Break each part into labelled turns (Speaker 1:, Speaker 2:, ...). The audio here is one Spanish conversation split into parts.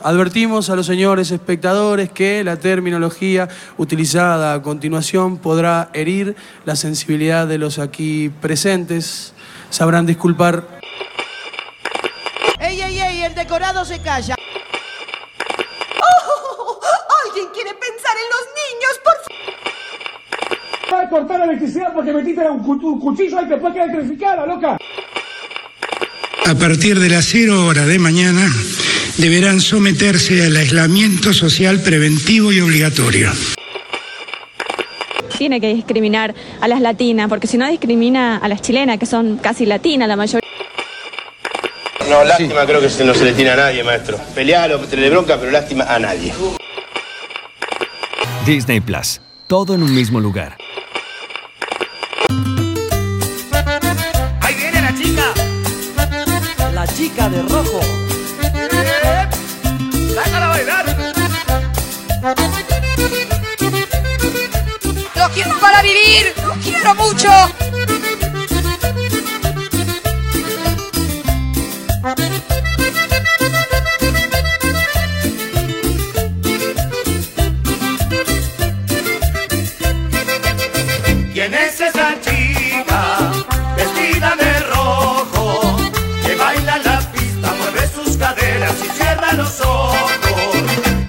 Speaker 1: Advertimos a los señores espectadores que la terminología utilizada a continuación podrá herir la sensibilidad de los aquí presentes. Sabrán disculpar.
Speaker 2: ¡Ey, ey, ey! El decorado se calla.
Speaker 3: ¡Oh! ¡Alguien quiere pensar en los niños, por favor!
Speaker 4: Va a cortar la electricidad porque metiste un, cu- un cuchillo ahí que después queda electrificada, loca.
Speaker 5: A partir de las 0 hora de mañana deberán someterse al aislamiento social preventivo y obligatorio.
Speaker 6: Tiene que discriminar a las latinas, porque si no discrimina a las chilenas, que son casi latinas la mayoría.
Speaker 7: No, lástima creo que se- no se le tiene a nadie, maestro. Pelear o tener bronca, pero lástima a nadie.
Speaker 8: Disney Plus. Todo en un mismo lugar.
Speaker 9: ¡Ahí viene la chica! La chica de rojo. ¡Sácala a bailar!
Speaker 3: ¡Lo quiero para vivir! ¡Lo quiero mucho!
Speaker 9: ¿Quién es esa chica? Vestida de rojo. Que baila en la pista, mueve sus caderas y cierra los ojos.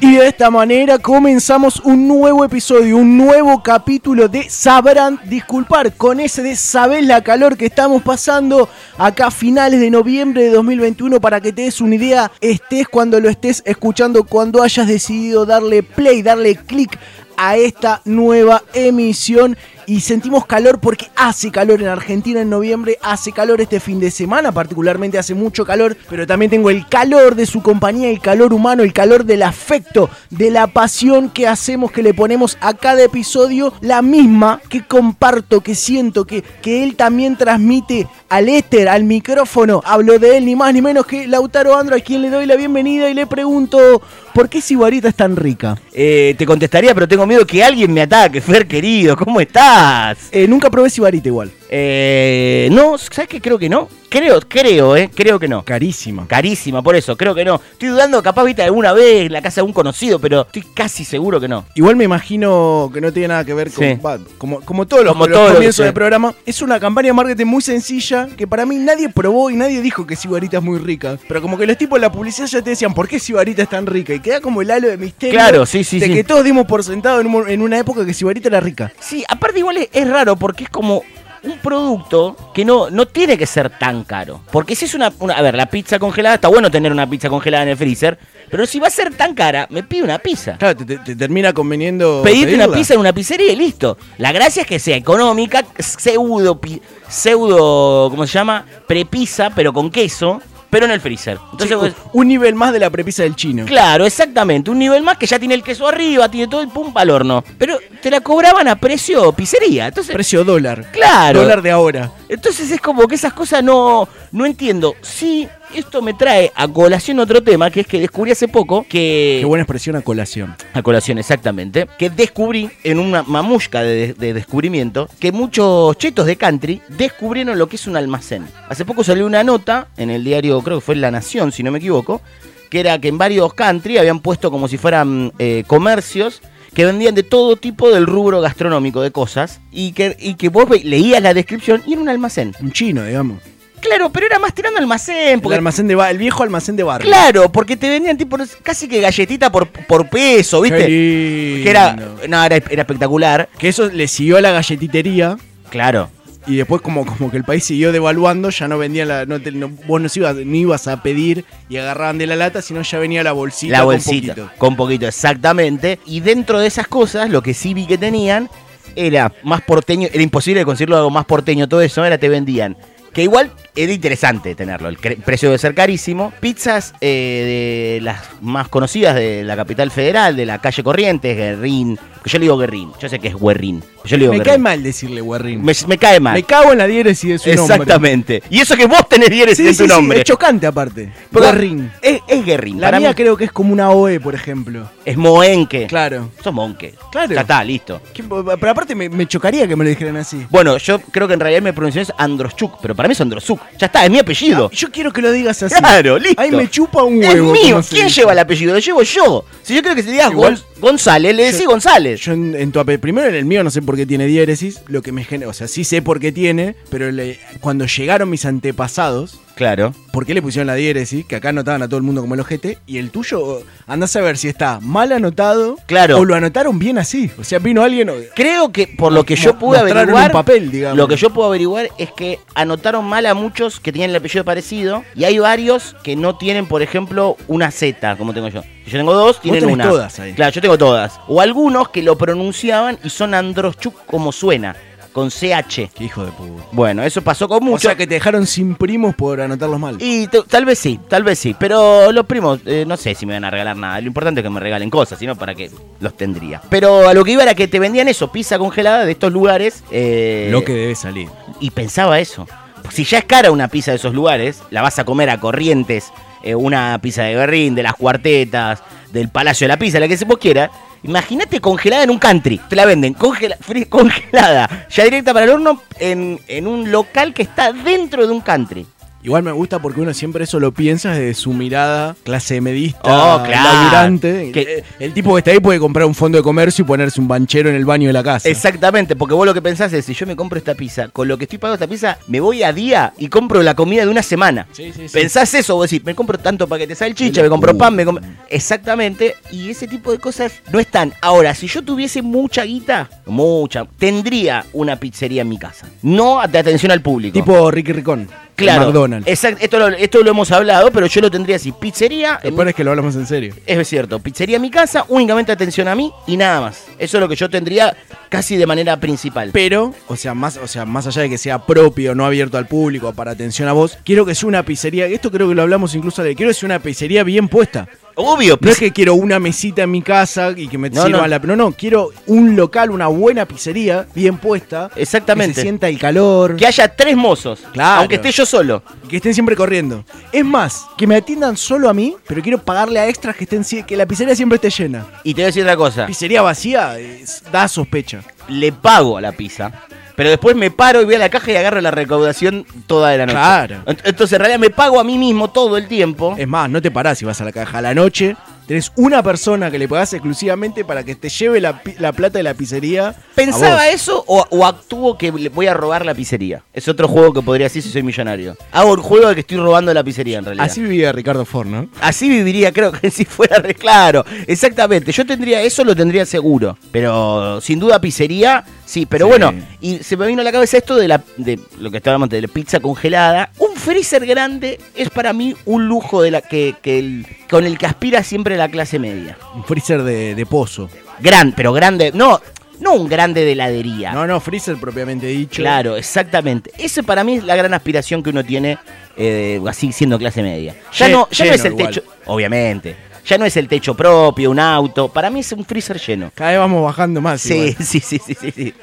Speaker 10: Y de esta manera comenzamos un nuevo episodio, un nuevo capítulo de Sabrán Disculpar, con ese de Sabés la calor que estamos pasando acá a finales de noviembre de 2021 para que te des una idea, estés cuando lo estés escuchando, cuando hayas decidido darle play, darle clic a esta nueva emisión y sentimos calor porque hace calor en Argentina en noviembre, hace calor este fin de semana, particularmente hace mucho calor, pero también tengo el calor de su compañía, el calor humano, el calor del afecto, de la pasión que hacemos, que le ponemos a cada episodio, la misma que comparto, que siento, que, que él también transmite al éter, al micrófono. Hablo de él ni más ni menos que Lautaro Andro, a quien le doy la bienvenida y le pregunto, ¿por qué Sibarita es tan rica?
Speaker 11: Eh, te contestaría, pero tengo miedo que alguien me ataque. Fer, querido, ¿cómo estás?
Speaker 10: Eh, nunca probé sibarita igual.
Speaker 11: Eh, no, ¿sabes qué? Creo que no. Creo, creo, ¿eh? Creo que no.
Speaker 10: Carísima.
Speaker 11: Carísima, por eso, creo que no. Estoy dudando, capaz viste alguna vez en la casa de un conocido, pero estoy casi seguro que no.
Speaker 10: Igual me imagino que no tiene nada que ver con.
Speaker 11: Sí.
Speaker 10: va, como, como todos los,
Speaker 11: Como
Speaker 10: los
Speaker 11: todos,
Speaker 10: comienzos
Speaker 11: sí.
Speaker 10: del programa. Es una campaña de marketing muy sencilla que para mí nadie probó y nadie dijo que Sibarita es muy rica. Pero como que los tipos de la publicidad ya te decían, ¿por qué Sibarita es tan rica? Y queda como el halo de misterio.
Speaker 11: Claro, sí, sí,
Speaker 10: De
Speaker 11: sí.
Speaker 10: que todos dimos por sentado en, un mo- en una época que Sibarita era rica.
Speaker 11: Sí, aparte igual es, es raro porque es como un producto que no, no tiene que ser tan caro. Porque si es una, una- A ver, la pizza congelada, está bueno tener una pizza congelada en el freezer, pero si va a ser tan cara, me pido una pizza.
Speaker 10: Claro, te, te- te termina conveniendo.
Speaker 11: Pedirte una
Speaker 10: pedirla.
Speaker 11: pizza en una pizzería y listo. La gracia es que sea económica, pseudo, pi- pseudo ¿cómo se llama? Prepizza, pero con queso, pero en el freezer. Entonces,
Speaker 10: Sí,
Speaker 11: vos-
Speaker 10: un nivel más de la prepisa del chino.
Speaker 11: claro, exactamente, un nivel más que ya tiene el queso arriba, tiene todo el pum al horno. Pero te la cobraban a precio pizzería. Entonces,
Speaker 10: Precio dólar.
Speaker 11: Claro.
Speaker 10: Dólar de ahora.
Speaker 11: entonces es como que esas cosas no, no entiendo. Sí, esto me trae a colación otro tema, que es que descubrí hace poco que...
Speaker 10: Qué buena expresión a colación.
Speaker 11: A colación, exactamente. Que descubrí en una mamusca de, de descubrimiento que muchos chetos de country descubrieron lo que es un almacén. Hace poco salió una nota en el diario, creo que fue La Nación, si no me equivoco, que era que en varios country habían puesto como si fueran eh, comercios que vendían de todo tipo del rubro gastronómico de cosas y que, y que vos ve- leías la descripción y era un almacén.
Speaker 10: Un chino, digamos.
Speaker 11: Claro, pero era más tirando almacén.
Speaker 10: El,
Speaker 11: Porque
Speaker 10: almacén de bar- el viejo almacén de barrio.
Speaker 11: Claro, porque te vendían tipo casi que galletita por, por peso, ¿viste?
Speaker 10: Qué
Speaker 11: Que era,
Speaker 10: lindo.
Speaker 11: no, era, era espectacular.
Speaker 10: Que eso le siguió a la galletitería
Speaker 11: Claro.
Speaker 10: y después como, como que el país siguió devaluando, ya no vendían la... No te- no- vos no ibas, no ibas a pedir y agarraban de la lata, sino ya venía la bolsita.
Speaker 11: la
Speaker 10: con
Speaker 11: bolsita. Con
Speaker 10: poquito.
Speaker 11: poquito. exactamente. Y dentro de esas cosas, lo que sí vi que tenían era más porteño. Era imposible conseguirlo algo más porteño, todo eso. Era te vendían. Que igual era interesante tenerlo. El cre- precio debe ser carísimo. Pizzas eh, de las más conocidas de la capital federal, de la calle Corrientes, Guerrín,
Speaker 7: Yo le digo guerrín. Yo sé que es guerrín. Yo le digo
Speaker 10: Me
Speaker 7: guerrín.
Speaker 10: cae mal decirle guerrín.
Speaker 7: Me, me cae mal.
Speaker 10: Me cago en la dieres y de su nombre.
Speaker 7: Exactamente. Y eso que vos tenés dieres
Speaker 10: Sí,
Speaker 7: en
Speaker 10: sí,
Speaker 7: tu
Speaker 10: sí,
Speaker 7: nombre.
Speaker 10: es chocante aparte.
Speaker 7: Pero-
Speaker 10: Guerrín.
Speaker 7: Es, es guerrín.
Speaker 10: La
Speaker 7: Para
Speaker 10: mía
Speaker 7: mí
Speaker 10: creo que es como una OE, por ejemplo.
Speaker 7: es moenque.
Speaker 10: Claro.
Speaker 7: Sos monque.
Speaker 10: Claro.
Speaker 7: Ya está, listo.
Speaker 10: Que- Pero aparte me, me chocaría que me lo dijeran así.
Speaker 7: Bueno, yo creo que en realidad mi pronunciación es Androschuk, pero para mí es Androschuk. Ya está, es mi apellido.
Speaker 10: Yo quiero que lo digas así.
Speaker 7: Claro, listo.
Speaker 10: Ahí me chupa un
Speaker 7: Es
Speaker 10: huevo.
Speaker 7: mío.
Speaker 10: como se
Speaker 7: ¿Quién
Speaker 10: dice.
Speaker 7: lleva el apellido? Lo llevo yo. Si yo creo que se diga
Speaker 10: Igual-
Speaker 7: Gon- González, le decís
Speaker 10: Yo-
Speaker 7: González.
Speaker 10: Yo en, en tu apellido, primero en el mío no sé por qué tiene diéresis, lo que me genera, o sea, sí sé por qué tiene, pero le- cuando llegaron mis antepasados,
Speaker 7: Claro.
Speaker 10: ¿por qué le pusieron la diéresis? Que acá anotaban a todo el mundo como el ojete, y el tuyo, andás a ver si está mal anotado
Speaker 7: Claro.
Speaker 10: o lo anotaron bien así. O sea, vino alguien. o-
Speaker 7: Creo que por lo que
Speaker 10: Mo-
Speaker 7: yo pude
Speaker 10: mostraron
Speaker 7: averiguar,
Speaker 10: un papel, digamos.
Speaker 7: lo que yo pude averiguar es que anotaron mal a muchos que tenían el apellido parecido y hay varios que no tienen, por ejemplo, una Z, como tengo yo. Si Yo tengo dos, tienen
Speaker 10: tenés
Speaker 7: una.
Speaker 10: todas ahí.
Speaker 7: Claro, yo tengo todas. O algunos que lo pronunciaban y son Androschuk como suena, con CH.
Speaker 10: Qué hijo de puta.
Speaker 7: Bueno, eso pasó con
Speaker 10: O
Speaker 7: muchos.
Speaker 10: sea, que te dejaron sin primos por anotarlos mal.
Speaker 7: Y t- tal vez sí, tal vez sí. Pero los primos, eh, no sé si me van a regalar nada. Lo importante es que me regalen cosas, sino para que los tendría. Pero a lo que iba era que te vendían eso, pizza congelada de estos lugares. eh,
Speaker 10: lo que debe salir.
Speaker 7: Y pensaba eso. Si ya es cara una pizza de esos lugares, la vas a comer a corrientes, eh, una pizza de Berrín, de las cuartetas, del Palacio de la Pizza, la que se vos quieras. Imagínate congelada en un country. Te la venden congela- fri- congelada, ya directa para el horno, en, en un local que está dentro de un country.
Speaker 10: Igual me gusta porque uno siempre eso lo piensa desde su mirada clase medista,
Speaker 7: Oh, claro.
Speaker 10: laburante.
Speaker 7: Que-
Speaker 10: Eh, El, tipo que está ahí puede comprar un fondo de comercio y ponerse un banchero en el baño de la casa.
Speaker 7: Exactamente, porque vos lo que pensás es, si yo me compro esta pizza, con lo que estoy pagando esta pizza, me voy a día y compro la comida de una semana.
Speaker 10: Sí, sí, Mm. sí.
Speaker 7: Pensás eso, vos decís, me compro tanto paquete de salchicha, me compro pan, me compro... Exactamente, y ese tipo de cosas no están. Ahora, si yo tuviese mucha guita, mucha, tendría una pizzería en mi casa. No de atención al público.
Speaker 10: Tipo Ricky Ricón. de
Speaker 7: claro,
Speaker 10: McDonald's.
Speaker 7: exact- esto, lo, esto lo hemos hablado, pero yo lo tendría así, pizzería...
Speaker 10: Lo
Speaker 7: en
Speaker 10: peor es que lo hablamos en serio.
Speaker 7: es cierto, pizzería en mi casa, únicamente atención a mí y nada más. Eso es lo que yo tendría casi de manera principal.
Speaker 10: Pero, o sea, más, o sea, más allá de que sea propio, no abierto al público, para atención a vos, quiero que sea una pizzería, esto creo que lo hablamos incluso de, quiero que sea una pizzería bien puesta.
Speaker 7: Obvio, pues,
Speaker 10: No es que quiero una mesita en mi casa y que me
Speaker 7: No,
Speaker 10: sirva
Speaker 7: no.
Speaker 10: la... No, no, quiero un local, una buena pizzería, bien puesta.
Speaker 7: Exactamente.
Speaker 10: Que se sienta el calor.
Speaker 7: que haya tres mozos.
Speaker 10: Claro.
Speaker 7: Aunque esté yo solo.
Speaker 10: Que estén siempre corriendo. Es más, que me atiendan solo a mí, pero quiero pagarle a extras que estén sie- que la pizzería siempre esté llena.
Speaker 7: Y te voy a decir otra cosa.
Speaker 10: Pizzería vacía es- da sospecha.
Speaker 7: Le pago a la pizza. Pero después me paro y voy a la caja y agarro la recaudación toda de la noche.
Speaker 10: Claro.
Speaker 7: Ent- Entonces, en realidad, me pago a mí mismo todo el tiempo.
Speaker 10: Es más, no te parás si vas a la caja a la noche. Tenés una persona que le pagás exclusivamente para que te lleve la, pi- la plata de la pizzería. a vos.
Speaker 7: ¿Pensaba eso o, o actúo que le voy a robar la pizzería? Es otro juego que podría hacer si soy millonario. Hago el juego de que estoy robando la pizzería, en realidad.
Speaker 10: Así vivía Ricardo Ford, ¿no?
Speaker 7: Así viviría, creo que si fuera re claro. Exactamente, yo tendría eso, lo tendría seguro. Pero sin duda pizzería, sí. Pero
Speaker 10: Sí.
Speaker 7: bueno, y se me vino a la cabeza esto de, la, de lo que estábamos de la pizza congelada. Un freezer grande es para mí un lujo de la que, que el- con el que aspira siempre la clase media.
Speaker 10: Un freezer de, de pozo.
Speaker 7: Gran, pero grande, no, no un grande de heladería.
Speaker 10: No, no, freezer propiamente dicho.
Speaker 7: Claro, exactamente. Ese para mí es la gran aspiración que uno tiene, eh, así siendo clase media. Ya
Speaker 10: Lle-
Speaker 7: no, ya no
Speaker 10: lleno
Speaker 7: es el
Speaker 10: igual.
Speaker 7: techo, obviamente. Ya no es el techo propio, un auto. Para mí es un freezer lleno.
Speaker 10: Cada vez vamos bajando más.
Speaker 7: Sí,
Speaker 10: Ah, igual.
Speaker 7: sí, sí, sí, sí, sí.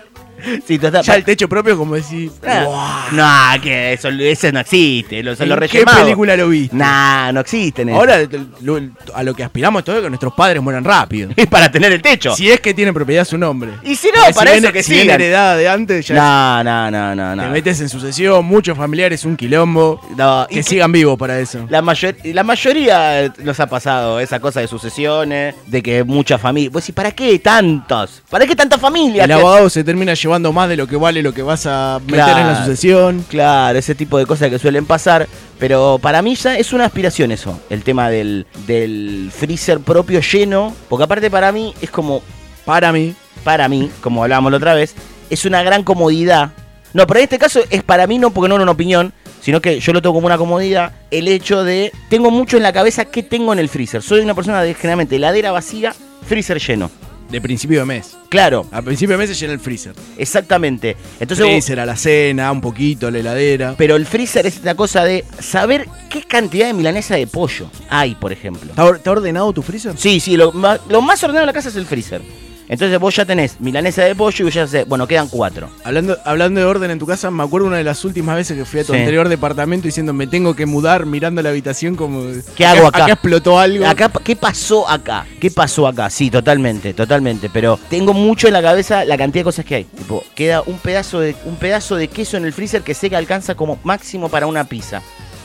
Speaker 7: Sí, total,
Speaker 10: Ya
Speaker 7: pa-
Speaker 10: el techo propio, como decís.
Speaker 7: Ah, No, que eso, eso no existe. Lo,
Speaker 10: ¿En
Speaker 7: lo
Speaker 10: qué
Speaker 7: rellemado.
Speaker 10: película lo viste?
Speaker 7: Nah, no existen. eso.
Speaker 10: Ahora lo- a lo que aspiramos todo es que nuestros padres mueran rápido.
Speaker 7: es para tener el techo.
Speaker 10: Si es que tiene propiedad su nombre.
Speaker 7: Y si no,
Speaker 10: Porque
Speaker 7: para
Speaker 10: viene-
Speaker 7: eso que
Speaker 10: si viene
Speaker 7: sigan.
Speaker 10: heredada de antes, ya
Speaker 7: No, no, no, no,
Speaker 10: te
Speaker 7: no.
Speaker 10: metes en sucesión, muchos familiares, un quilombo.
Speaker 7: No, y
Speaker 10: Que
Speaker 7: que-
Speaker 10: sigan vivos para eso.
Speaker 7: La, mayor- la mayoría eh, nos ha pasado esa cosa de sucesiones, de que mucha familia. Pues, ¿y para qué tantos? ¿Para qué tanta familia?
Speaker 10: El
Speaker 7: Que-
Speaker 10: abogado se termina llevando más de lo que vale lo que vas a meter en la
Speaker 7: Claro.
Speaker 10: sucesión.
Speaker 7: Claro, ese tipo de cosas que suelen pasar. Pero para mí ya es una aspiración eso, el tema del, del freezer propio lleno. Porque aparte para mí es como,
Speaker 10: Para mí.
Speaker 7: para mí, como hablábamos la otra vez, es una gran comodidad. No, pero en este caso es para mí no porque no era una opinión, sino que yo lo tengo como una comodidad. El hecho de, tengo mucho en la cabeza qué tengo en el freezer. Soy una persona de generalmente heladera vacía, freezer lleno.
Speaker 10: De principio de mes.
Speaker 7: Claro,
Speaker 10: A principio de mes se llena el freezer.
Speaker 7: exactamente. Entonces, vos-
Speaker 10: Freezer, a la cena, un poquito, a la heladera.
Speaker 7: pero el freezer es esta cosa de saber qué cantidad de milanesa de pollo hay, por ejemplo.
Speaker 10: ¿Está or- está ordenado tu freezer?
Speaker 7: Sí, sí, lo, ma- lo más ordenado de la casa es el freezer. Entonces vos ya tenés milanesa de pollo y ya sé, bueno, quedan cuatro.
Speaker 10: Hablando, hablando de orden en tu casa, me acuerdo una de las últimas veces que fui a tu
Speaker 7: Sí.
Speaker 10: anterior departamento diciendo me tengo que mudar, mirando la habitación como.
Speaker 7: ¿Qué hago acá?
Speaker 10: Acá explotó algo.
Speaker 7: Acá, ¿Qué pasó acá? ¿Qué pasó acá? Sí, totalmente, totalmente. Pero tengo mucho en la cabeza la cantidad de cosas que hay. Tipo, queda un pedazo de, un pedazo de queso en el freezer que sé que alcanza como máximo para una pizza.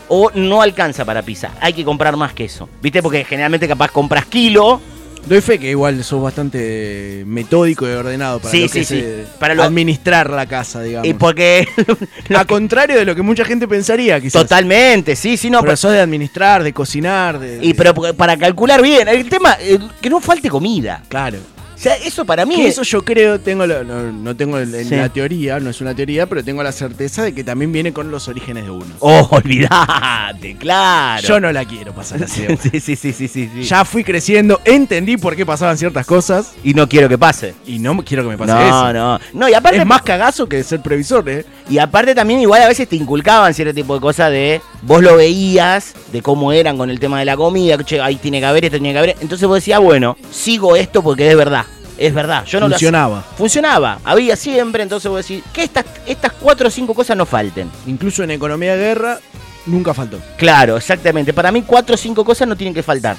Speaker 7: O no alcanza para pizza. Hay que comprar más queso. ¿Viste? Porque generalmente capaz compras kilo.
Speaker 10: Doy fe que igual sos bastante metódico y ordenado para
Speaker 7: Sí,
Speaker 10: lo que
Speaker 7: sí, sí.
Speaker 10: es, eh,
Speaker 7: Para lo-
Speaker 10: administrar la casa, digamos.
Speaker 7: Y porque.
Speaker 10: A contrario de lo que mucha gente pensaría, quizás.
Speaker 7: Totalmente, sí, sí, no.
Speaker 10: Pero sos de administrar, de cocinar, de.
Speaker 7: Y pero porque- para calcular bien. El tema, eh, que no falte comida.
Speaker 10: Claro.
Speaker 7: O sea, eso para mí
Speaker 10: Que
Speaker 7: es-
Speaker 10: eso yo creo, tengo la- no, no tengo el- en
Speaker 7: Sí.
Speaker 10: la teoría, no es una teoría, pero tengo la certeza de que también viene con los orígenes de uno.
Speaker 7: Oh, olvidate, claro.
Speaker 10: Yo no la quiero pasar así.
Speaker 7: sí, sí, sí, sí, sí, sí.
Speaker 10: Ya fui creciendo, entendí por qué pasaban ciertas cosas.
Speaker 7: Y no quiero que pase.
Speaker 10: Y no quiero que me pase
Speaker 7: No,
Speaker 10: eso.
Speaker 7: no. No, y aparte-
Speaker 10: Es más cagazo que ser previsor, ¿eh?
Speaker 7: Y aparte también igual a veces te inculcaban cierto tipo de cosas de vos lo veías, de cómo eran con el tema de la comida, che, ahí tiene que haber, esto tiene que haber. Entonces vos decías, bueno, sigo esto porque es verdad. Es verdad. Yo no lo hacía.
Speaker 10: Funcionaba.
Speaker 7: Funcionaba. Había siempre, entonces vos decís, que estas, estas cuatro o cinco cosas no falten.
Speaker 10: Incluso en economía de guerra, nunca faltó.
Speaker 7: Claro, exactamente. Para mí cuatro o cinco cosas no tienen que faltar.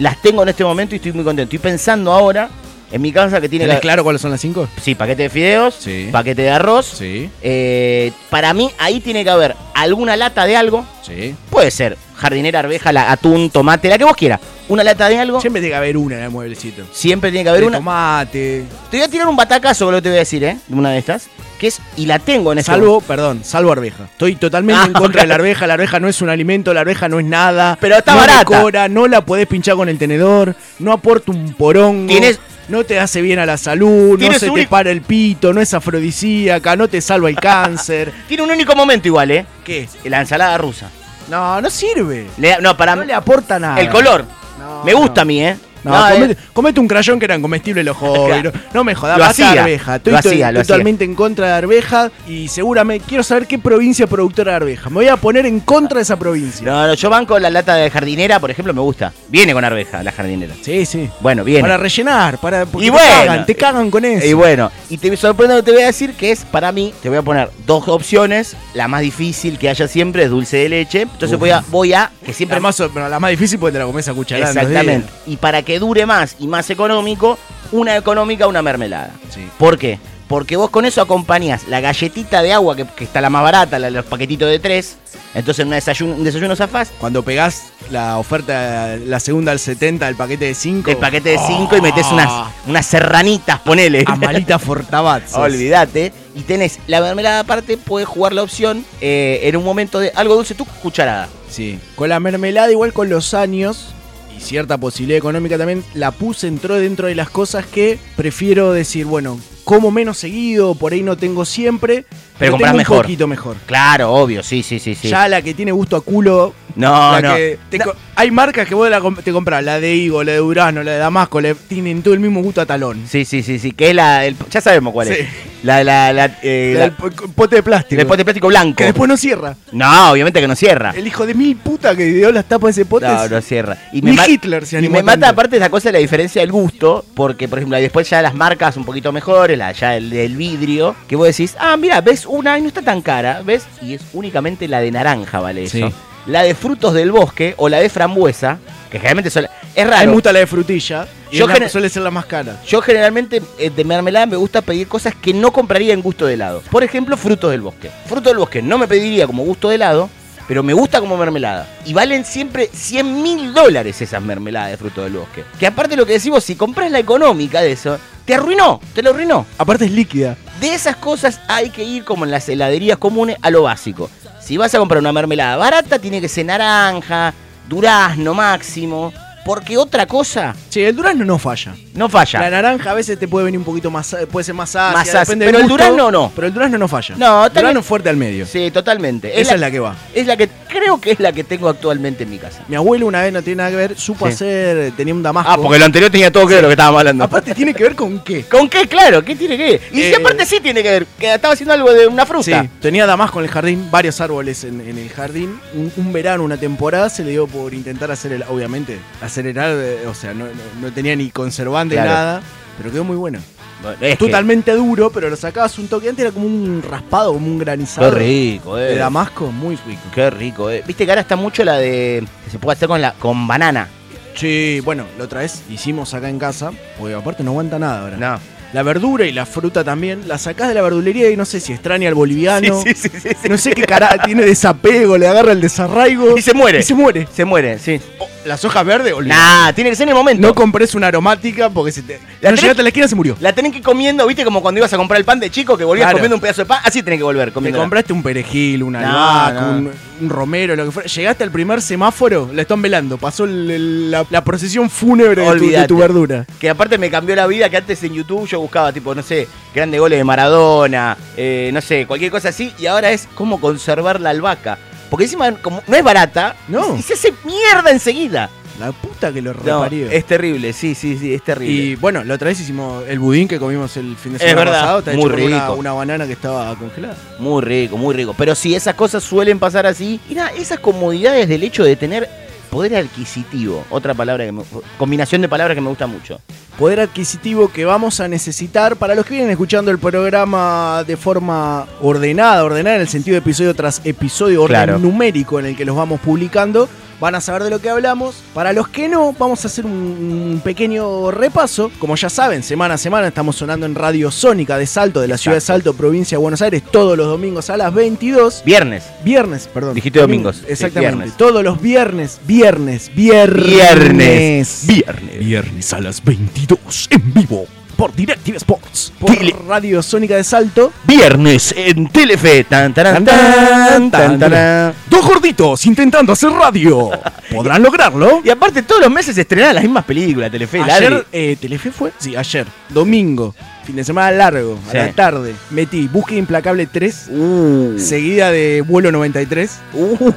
Speaker 7: Las tengo en este momento y estoy muy contento. Estoy pensando ahora en mi casa que tiene
Speaker 10: ¿Tenés
Speaker 7: que-
Speaker 10: claro cuáles son las cinco?
Speaker 7: Sí, paquete de fideos,
Speaker 10: Sí.
Speaker 7: paquete de arroz.
Speaker 10: Sí.
Speaker 7: Eh, para mí ahí tiene que haber alguna lata de algo.
Speaker 10: Sí.
Speaker 7: Puede ser jardinera, arveja, la- atún, tomate, la que vos quieras. Una lata de algo.
Speaker 10: Siempre tiene que haber una en el mueblecito.
Speaker 7: Siempre tiene que haber
Speaker 10: De
Speaker 7: una.
Speaker 10: tomate.
Speaker 7: Te voy a tirar un batacazo, lo que te voy a decir, ¿eh? Una de estas. Que es, y la tengo en ese
Speaker 10: Salvo, perdón, salvo arveja. Estoy totalmente
Speaker 7: Ah,
Speaker 10: en contra de la
Speaker 7: ok.
Speaker 10: arveja. La arveja no es un alimento, la arveja no es nada.
Speaker 7: Pero está
Speaker 10: no
Speaker 7: barata.
Speaker 10: decora, no la podés pinchar con el tenedor, no aporta un porongo.
Speaker 7: Tienes-
Speaker 10: No te hace bien a la salud, no
Speaker 7: Tienes
Speaker 10: se
Speaker 7: un
Speaker 10: te
Speaker 7: único-
Speaker 10: para el pito, no es afrodisíaca, no te salva el cáncer.
Speaker 7: Tiene un único momento igual, ¿eh?
Speaker 10: ¿Qué?
Speaker 7: La ensalada rusa.
Speaker 10: No, no sirve.
Speaker 7: Le- no, para
Speaker 10: No le aporta nada.
Speaker 7: El color.
Speaker 10: No,
Speaker 7: Me gusta
Speaker 10: no.
Speaker 7: a mí, ¿eh?
Speaker 10: No,
Speaker 7: No, eh,
Speaker 10: comete, comete un crayón que eran comestibles los jóvenes.
Speaker 7: Claro.
Speaker 10: No, no me jodas,
Speaker 7: Lo
Speaker 10: basta de
Speaker 7: hacía,
Speaker 10: arveja.
Speaker 7: lo
Speaker 10: Estoy to-
Speaker 7: hacía, lo hacía.
Speaker 10: totalmente en contra de arveja y seguramente quiero saber qué provincia es productora de arveja. Me voy a poner en contra de esa provincia.
Speaker 7: no, no, yo banco la lata de jardinera, por ejemplo, me gusta. Viene con arveja, la jardinera.
Speaker 10: Sí, sí.
Speaker 7: Bueno, viene.
Speaker 10: Para rellenar, para porque
Speaker 7: Y
Speaker 10: te
Speaker 7: bueno.
Speaker 10: cagan, te cagan con eso.
Speaker 7: Y bueno, y te sorprendo te voy a decir que es para mí, te voy a poner dos opciones. La más difícil que haya siempre es dulce de leche. Entonces
Speaker 10: Uf.
Speaker 7: voy a, voy a, que siempre
Speaker 10: la más, bueno, la más difícil porque te la comes a cucharada. en dos
Speaker 7: Exactamente. Y para que dure más y más económico, una económica, una mermelada.
Speaker 10: días. Sí.
Speaker 7: ¿Por qué? Porque vos con eso acompañás la galletita de agua, que, que está la más barata, la, los paquetitos de tres. Entonces en una desayuno, un desayuno zafás,
Speaker 10: Cuando pegás la oferta, la segunda al 70 del paquete de 5.
Speaker 7: el paquete de cinco y metés
Speaker 10: Ah.
Speaker 7: unas, unas serranitas, ponele.
Speaker 10: Amalita Fortabat. sos.
Speaker 7: Olvídate. Y tenés la mermelada aparte, puedes jugar la opción eh, en un momento de algo dulce, tu cucharada.
Speaker 10: Sí. Con la mermelada, igual con los años y cierta posibilidad económica también, la puse, entró dentro de las cosas que prefiero decir, bueno, como menos seguido, por ahí no tengo siempre, pero,
Speaker 7: comprás
Speaker 10: tengo
Speaker 7: mejor.
Speaker 10: un poquito mejor.
Speaker 7: Claro, obvio, sí, sí, sí, sí.
Speaker 10: Ya la que tiene gusto a culo.
Speaker 7: No,
Speaker 10: la
Speaker 7: no.
Speaker 10: que te
Speaker 7: No.
Speaker 10: co- Hay marcas que vos la com- te compras, la de Higo, la de Durano, la de Damasco, le tienen todo el mismo gusto a talón.
Speaker 7: Sí, sí, sí, sí. Que es la. el- ya sabemos cuál
Speaker 10: Sí.
Speaker 7: es. La, la, la, eh,
Speaker 10: El
Speaker 7: la-
Speaker 10: pote de plástico.
Speaker 7: el pote de plástico blanco.
Speaker 10: que después no cierra.
Speaker 7: No, obviamente que no cierra.
Speaker 10: El hijo de mil puta que dio las tapas de ese pote.
Speaker 7: No,
Speaker 10: es-
Speaker 7: no cierra.
Speaker 10: Ni
Speaker 7: ma-
Speaker 10: Hitler se
Speaker 7: y
Speaker 10: animó
Speaker 7: me mata
Speaker 10: tanto.
Speaker 7: aparte esa cosa de la diferencia del gusto, porque por ejemplo, ahí después ya las marcas un poquito mejores, la ya el del vidrio, que vos decís, ah, mira, ves una y no está tan cara, ¿ves? Y es únicamente la de naranja, vale eso.
Speaker 10: Sí.
Speaker 7: La de frutos del bosque o la de frambuesa, que generalmente son... Es
Speaker 10: A mí
Speaker 7: raro.
Speaker 10: me gusta la de frutilla. y
Speaker 7: Yo
Speaker 10: es la-
Speaker 7: gener-
Speaker 10: suele ser la más cara.
Speaker 7: Yo generalmente eh, de mermelada me gusta pedir cosas que no compraría en gusto de helado. Por ejemplo, frutos del bosque. Frutos del bosque no me pediría como gusto de helado, pero me gusta como mermelada. Y valen siempre 100 mil dólares esas mermeladas de frutos del bosque. Que aparte lo que decimos, si compras la económica de eso, te arruinó, te lo arruinó.
Speaker 10: Aparte es líquida.
Speaker 7: De esas cosas hay que ir como en las heladerías comunes a lo básico. Si vas a comprar una mermelada barata, tiene que ser naranja, durazno máximo, porque otra cosa
Speaker 10: Sí, el durazno no falla.
Speaker 7: no falla.
Speaker 10: La naranja a veces te puede venir un poquito más, eh, puede ser más ácida,
Speaker 7: Más ácida.
Speaker 10: depende del
Speaker 7: Pero el
Speaker 10: gusto,
Speaker 7: durazno no.
Speaker 10: Pero el durazno no falla.
Speaker 7: No,
Speaker 10: el
Speaker 7: también-
Speaker 10: durazno fuerte al medio.
Speaker 7: Sí, totalmente.
Speaker 10: Esa es la que va.
Speaker 7: Es la que creo que es la que tengo actualmente en mi casa.
Speaker 10: Mi abuelo una vez no tiene nada que ver, supo
Speaker 7: Sí. Ah,
Speaker 10: hacer, eh, tenía un damasco.
Speaker 7: lo anterior tenía todo que ver lo que estábamos hablando.
Speaker 10: Aparte tiene que ver con qué.
Speaker 7: Ah, pues, ¿Con qué? Claro, ¿qué tiene que ver? Y si
Speaker 10: Eh.
Speaker 7: aparte sí tiene que ver, que estaba haciendo algo de una
Speaker 10: Sí,
Speaker 7: fruta.
Speaker 10: tenía damasco en el jardín, varios árboles en, en el jardín. Un, un verano, una temporada, se le dio eh, por intentar hacer el, obviamente, acelerar, o sea, no, no- no tenía ni conservante
Speaker 7: Claro.
Speaker 10: nada. Pero quedó muy bueno.
Speaker 7: es que-
Speaker 10: Totalmente duro, pero lo sacabas un toque antes, era como un raspado, como un granizado.
Speaker 7: Qué rico, eh.
Speaker 10: De Damasco, muy rico.
Speaker 7: Qué rico, eh. Viste que ahora está mucho la de. que se puede hacer con la con banana.
Speaker 10: Sí, bueno, la otra vez hicimos acá en casa, porque aparte no aguanta nada ahora.
Speaker 7: No.
Speaker 10: La verdura y la fruta también, la sacás de la verdulería y no sé si extraña al boliviano.
Speaker 7: Sí, sí, sí, sí, sí.
Speaker 10: Ah, No sé qué cara tiene desapego, le agarra el desarraigo.
Speaker 7: Y se muere.
Speaker 10: Y se muere.
Speaker 7: Se muere, sí.
Speaker 10: Las hojas verdes, olvidate.
Speaker 7: Nah, tiene que ser en el momento.
Speaker 10: No compres una aromática porque se te.
Speaker 7: La
Speaker 10: no
Speaker 7: tenés-
Speaker 10: llegaste a la esquina se murió.
Speaker 7: La tenés que ir comiendo, viste, como cuando ibas a comprar el pan de chico que volvías
Speaker 10: Claro.
Speaker 7: comiendo un pedazo de pan. Así tenés que volver
Speaker 10: Te
Speaker 7: comiendo.
Speaker 10: compraste un perejil, una
Speaker 7: No,
Speaker 10: albahaca,
Speaker 7: no.
Speaker 10: Un, un romero, lo que fuera. Llegaste al primer semáforo, la están velando. Pasó el- el- la, la procesión fúnebre de tu- de
Speaker 7: Olvídate.
Speaker 10: tu verdura.
Speaker 7: Que aparte me cambió la vida, que antes en YouTube yo buscaba, tipo, no sé, grandes goles de Maradona, eh, no sé, cualquier cosa así, y ahora es cómo conservar la albahaca. Porque encima como no es barata,
Speaker 10: No.
Speaker 7: y se hace mierda enseguida.
Speaker 10: La puta que lo
Speaker 7: No,
Speaker 10: reparió.
Speaker 7: es terrible, sí, sí, sí, es terrible.
Speaker 10: y bueno, la otra vez hicimos el budín que comimos el fin de
Speaker 7: Es
Speaker 10: semana
Speaker 7: verdad,
Speaker 10: pasado. Está
Speaker 7: muy
Speaker 10: hecho con Una,
Speaker 7: rico.
Speaker 10: una banana que estaba congelada.
Speaker 7: Muy rico, muy rico. Pero sí, esas cosas suelen pasar así. Y nada, esas comodidades del hecho de tener poder adquisitivo. Otra palabra que me- combinación de palabras que me gusta mucho.
Speaker 10: Poder adquisitivo que vamos a necesitar para los que vienen escuchando el programa de forma ordenada, ordenada en el sentido de episodio tras episodio, orden
Speaker 7: Claro.
Speaker 10: numérico en el que los vamos publicando. Van a saber de lo que hablamos. Para los que no, vamos a hacer un, un pequeño repaso. Como ya saben, semana a semana estamos sonando en Radio Sónica de Salto, de la ciudad de Salto, provincia de Buenos Aires, todos los domingos a las 22.
Speaker 7: Viernes.
Speaker 10: Viernes, perdón.
Speaker 7: Dijiste domingos. Sí,
Speaker 10: Exactamente.
Speaker 7: viernes.
Speaker 10: Todos los viernes, viernes, viernes.
Speaker 7: Viernes. Viernes.
Speaker 10: Viernes a las 22 en vivo por Directive Sports. Por Radio Sónica de Salto.
Speaker 7: Viernes en Telefe. Tan, taran, tan, tan, taran.
Speaker 10: Dos gorditos intentando hacer radio. ¿Podrán lograrlo?
Speaker 7: Y aparte todos los meses se estrenan las mismas películas, Telefe. Ladri.
Speaker 10: Ayer, eh, Telefe fue. Sí, ayer. Domingo. Fin de semana largo.
Speaker 7: Sí.
Speaker 10: A la tarde. Metí Búsqueda Implacable 3.
Speaker 7: Uh,
Speaker 10: Seguida de Vuelo 93.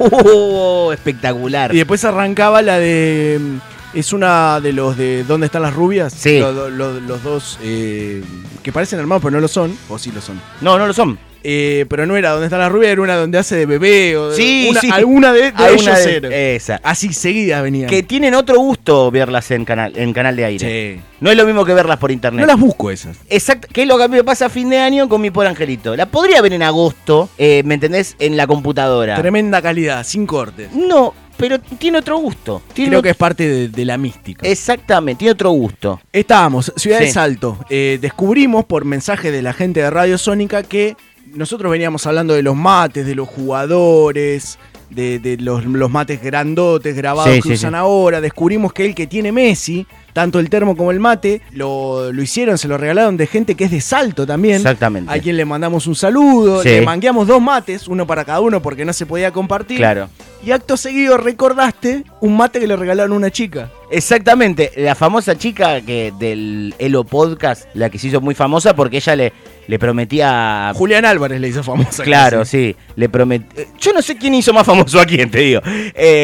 Speaker 7: uh, espectacular.
Speaker 10: Y después arrancaba la de. mm, Es una de los de ¿Dónde están las rubias?
Speaker 7: Sí.
Speaker 10: Lo- lo- lo- Los, dos eh, que parecen hermanos, pero no lo son. O sí lo son.
Speaker 7: No, no lo son.
Speaker 10: Eh, pero no era ¿Dónde están las rubias? Era una donde hace de bebé. O de-
Speaker 7: Sí,
Speaker 10: una-
Speaker 7: sí.
Speaker 10: Alguna de, de
Speaker 7: Eh, Alguna
Speaker 10: ellos
Speaker 7: de-
Speaker 10: era.
Speaker 7: Esa.
Speaker 10: Así, seguidas venían.
Speaker 7: Que tienen otro gusto verlas en canal, en canal de aire.
Speaker 10: Sí.
Speaker 7: No es lo mismo que verlas por internet.
Speaker 10: No las busco esas.
Speaker 7: Exacto, que es lo que a mí me pasa a fin de año con mi pobre angelito. La podría ver en agosto, eh, ¿me entendés? En la computadora.
Speaker 10: Tremenda calidad, sin cortes.
Speaker 7: No, pero tiene otro gusto. Tiene
Speaker 10: Creo
Speaker 7: ot-
Speaker 10: que es parte de, de la mística.
Speaker 7: Exactamente, tiene otro gusto.
Speaker 10: Estábamos, Ciudad de
Speaker 7: Sí.
Speaker 10: Salto. Eh, descubrimos por mensaje de la gente de Radio Sónica que nosotros veníamos hablando de los mates, de los jugadores, de, de los, los mates grandotes grabados
Speaker 7: Sí,
Speaker 10: que
Speaker 7: sí,
Speaker 10: usan
Speaker 7: sí.
Speaker 10: ahora. Descubrimos que el que tiene Messi, tanto el termo como el mate, lo, lo hicieron, se lo regalaron de gente que es de Salto también.
Speaker 7: Exactamente.
Speaker 10: A quien le mandamos un saludo,
Speaker 7: Sí.
Speaker 10: le mangueamos dos mates, uno para cada uno porque no se podía compartir.
Speaker 7: Claro.
Speaker 10: Y acto seguido recordaste un mate que le regalaron a una chica.
Speaker 7: Exactamente, la famosa chica que del Elo Podcast, la que se hizo muy famosa porque ella le, le prometía...
Speaker 10: Julián Álvarez le hizo famosa.
Speaker 7: Ah. Claro,
Speaker 10: casi.
Speaker 7: sí, le prometía... Yo no sé quién hizo más famoso a quién, te digo.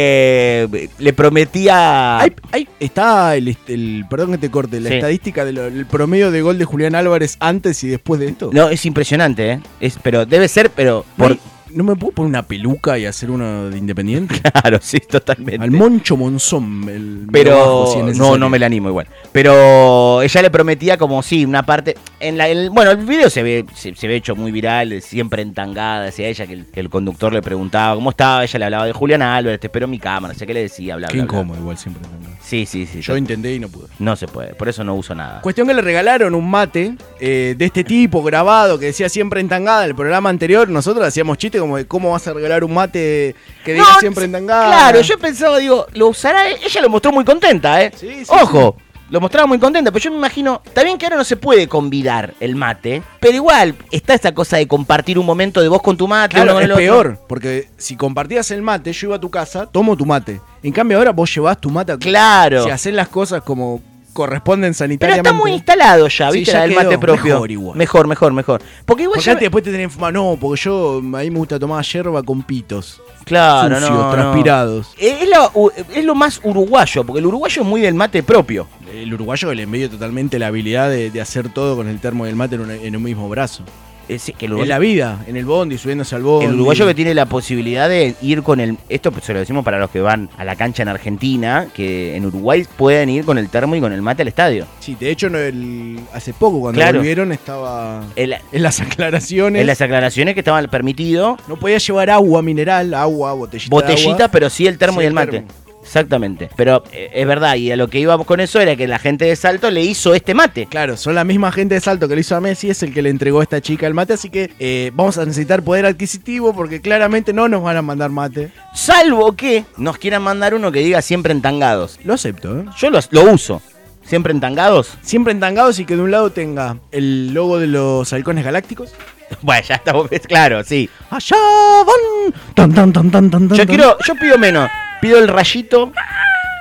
Speaker 7: Eh, le prometía...
Speaker 10: Hay- hay- está el, est- el- perdón que te corte, la
Speaker 7: Ah. Sí.
Speaker 10: estadística del promedio de gol de Julián Álvarez antes y después de esto.
Speaker 7: No, es impresionante, ¿eh? Es, pero debe ser, pero...
Speaker 10: No hay-
Speaker 7: por-
Speaker 10: ¿No me puedo poner una peluca y hacer uno de independiente?
Speaker 7: Claro, sí, totalmente.
Speaker 10: Al Moncho Monzón. el- me lo bajo
Speaker 7: Pero
Speaker 10: si es necesario.
Speaker 7: no, no me la animo igual. Pero ella le prometía como sí, una parte. En la, el- bueno, el video se ve, se, se ve hecho muy viral, eh, siempre entangada hacia ella, que el, que el conductor le preguntaba cómo estaba, ella le hablaba de Julián Álvarez, te espero en mi cámara, no sé qué le decía, bla,
Speaker 10: Qué
Speaker 7: bla, bla.
Speaker 10: incómodo igual siempre. ¿no?
Speaker 7: Sí, sí, sí.
Speaker 10: Yo intenté y no pude.
Speaker 7: no se puede, por eso no uso nada.
Speaker 10: Cuestión que le regalaron un mate eh, de este tipo, grabado, que decía siempre entangada. El programa anterior nosotros hacíamos chiste como de cómo vas a regalar un mate que diga
Speaker 7: No,
Speaker 10: siempre entangada.
Speaker 7: Claro, yo pensaba, digo, lo usará. él? Ella lo mostró muy contenta, ¿eh?
Speaker 10: Sí, sí,
Speaker 7: Ojo, lo mostraba muy contenta, pero yo me imagino. También que ahora no se puede convidar el mate, pero igual está esta cosa de compartir un momento de vos con tu mate. uno
Speaker 10: Claro,
Speaker 7: con
Speaker 10: es
Speaker 7: el otro.
Speaker 10: peor, porque si compartías el mate, yo iba a tu casa, tomo tu mate. En cambio ahora vos llevás tu mate a
Speaker 7: Claro.
Speaker 10: Si haces las cosas como corresponden
Speaker 7: Pero
Speaker 10: sanitariamente.
Speaker 7: está muy instalado ya,
Speaker 10: Sí,
Speaker 7: ¿viste?
Speaker 10: ya
Speaker 7: el
Speaker 10: quedó.
Speaker 7: mate propio.
Speaker 10: Mejor igual.
Speaker 7: Mejor, mejor, mejor. Porque igual
Speaker 10: Porque
Speaker 7: ya.
Speaker 10: antes después te tenés fumar, no, porque yo a mí me gusta tomar yerba con pitos.
Speaker 7: Claro,
Speaker 10: sucios,
Speaker 7: no, no.
Speaker 10: transpirados.
Speaker 7: Es, es lo, es lo más uruguayo, porque el uruguayo es muy del mate propio.
Speaker 10: El uruguayo que le envidio totalmente la habilidad de, de hacer todo con el termo y el mate en, una- en un mismo brazo.
Speaker 7: eh, sí, que el
Speaker 10: En
Speaker 7: uruguayo-
Speaker 10: la vida, en el bondi, subiéndose al bondi.
Speaker 7: El uruguayo que tiene la posibilidad de ir con el. Esto se lo decimos para los que van a la cancha en Argentina, que en Uruguay pueden ir con el termo y con el mate al estadio.
Speaker 10: Sí, de hecho, no, el- hace poco cuando
Speaker 7: Claro.
Speaker 10: volvieron estaba
Speaker 7: El-
Speaker 10: en las aclaraciones.
Speaker 7: En las aclaraciones que estaban permitido,
Speaker 10: No podía llevar agua mineral, agua, botellita. de
Speaker 7: botellita,
Speaker 10: agua.
Speaker 7: pero sí el termo
Speaker 10: Sí,
Speaker 7: y el mate.
Speaker 10: termo.
Speaker 7: Exactamente. Pero eh, es verdad, y a lo que íbamos con eso era que la gente de Salto le hizo este mate.
Speaker 10: Claro, son la misma gente de Salto que lo hizo a Messi, es el que le entregó a esta chica el mate, así que eh, vamos a necesitar poder adquisitivo porque claramente no nos van a mandar mate.
Speaker 7: Salvo que nos quieran mandar uno que diga siempre entangados.
Speaker 10: Lo acepto, ¿eh?
Speaker 7: Yo los- lo uso. ¿Siempre entangados?
Speaker 10: Siempre entangados y que de un lado tenga el logo de los halcones galácticos.
Speaker 7: Bueno, ya estamos. Claro, sí.
Speaker 10: Allá van. Tan, tan, tan, tan, tan,
Speaker 7: Yo
Speaker 10: tan.
Speaker 7: quiero, yo pido menos. Pido el rayito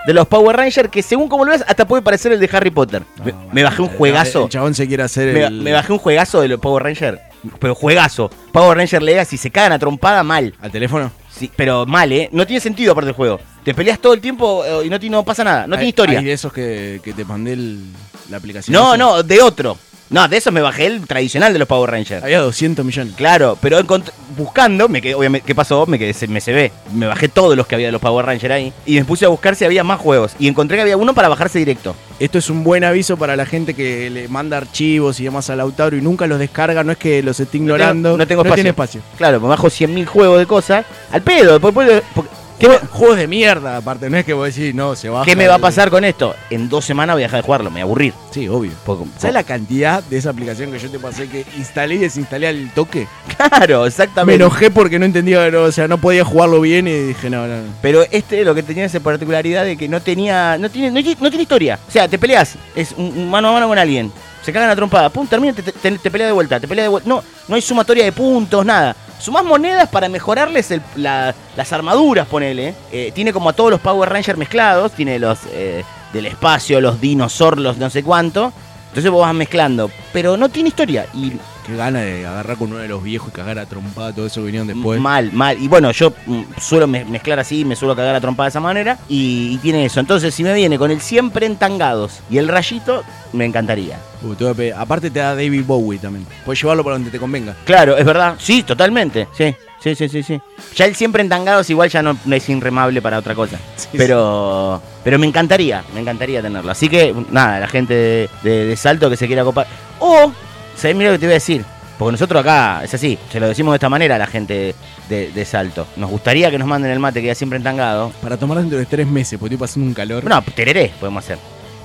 Speaker 7: de los Power Rangers, que según como lo ves, hasta puede parecer el de Harry Potter. Me, me bajé un
Speaker 10: El,
Speaker 7: juegazo.
Speaker 10: chabón se quiere hacer
Speaker 7: Me,
Speaker 10: el.
Speaker 7: me bajé un juegazo de los Power Rangers. Pero juegazo. Power Ranger Legacy se cagan a trompada mal.
Speaker 10: ¿Al teléfono?
Speaker 7: Sí, pero mal, ¿eh? No tiene sentido aparte del juego. Te peleas todo el tiempo eh, y no, ti- no pasa nada. No
Speaker 10: Hay-
Speaker 7: tiene historia.
Speaker 10: Hay de esos que, que te mandé el- la aplicación.
Speaker 7: No,
Speaker 10: esa.
Speaker 7: no, de otro. No, de esos me bajé el tradicional de los Power Rangers.
Speaker 10: Había 200 millones.
Speaker 7: Claro, pero encont- buscando, me quedé, obviamente, ¿qué pasó? Me quedé, se- me se ve. Me bajé todos los que había de los Power Rangers ahí. Y me puse a buscar si había más juegos. Y encontré que había uno para bajarse directo.
Speaker 10: Esto es un buen aviso para la gente que le manda archivos y demás a Lautaro y nunca los descarga. No es que los esté ignorando.
Speaker 7: no tengo
Speaker 10: tiene
Speaker 7: espacio.
Speaker 10: espacio.
Speaker 7: Claro, me bajo 100.000 juegos de cosas. Al pedo. por- por- por- ¿qué, me,
Speaker 10: Juegos de mierda, aparte. No es que vos decís, no, se baja.
Speaker 7: qué me va a
Speaker 10: el-
Speaker 7: pasar con esto? En dos semanas voy a dejar de jugarlo, me voy a aburrir.
Speaker 10: Sí, obvio.
Speaker 7: Poco-
Speaker 10: ¿Sabes la cantidad de esa aplicación que yo te pasé que instalé y desinstalé al toque?
Speaker 7: Claro,
Speaker 10: Me
Speaker 7: exactamente.
Speaker 10: enojé porque no entendía, no, o sea, no podía jugarlo bien y dije, no, no. no.
Speaker 7: Pero este lo que tenía esa particularidad de que no tenía. No tiene, no, tiene- no tiene historia. O sea, te peleas. Es un, un mano a mano con alguien. Se cagan a trompada. Pum, termina, te, te, te pelea de vuelta. Te pelea de vuelta. No, no hay sumatoria de puntos, nada. Sumás monedas para mejorarles el- la- las armaduras, ponele. Eh, tiene como a todos los Power Rangers mezclados. Tiene los eh, del espacio, los dinosaurios, los no sé cuánto. Entonces vos vas mezclando. Pero no tiene historia. Y
Speaker 10: Qué gana de agarrar con uno de los viejos y cagar a trompada, todo eso que vinieron después.
Speaker 7: Mal, mal. Y bueno, yo mm, suelo me- mezclar así, me suelo cagar a trompada de esa manera. Y, y tiene eso. Entonces, si me viene con el siempre entangados y el rayito, me encantaría.
Speaker 10: Uh, te voy a pe- aparte te da David Bowie también. Puedes llevarlo para donde te convenga.
Speaker 7: Claro, es verdad. Sí, totalmente. Sí, sí, sí, sí. sí. Ya el siempre entangados igual ya no, no es inremable para otra cosa. pero pero me encantaría, me encantaría tenerlo. Así que, nada, la gente de, de- de Salto que se quiera copar. O, ¿sabés? Mira lo que te voy a decir. Porque nosotros acá, es así, se lo decimos de esta manera a la gente de, de Salto. Nos gustaría que nos manden el mate que ya siempre entangado.
Speaker 10: Para tomar dentro de tres meses, porque estoy pasando un calor.
Speaker 7: No, tereré podemos hacer.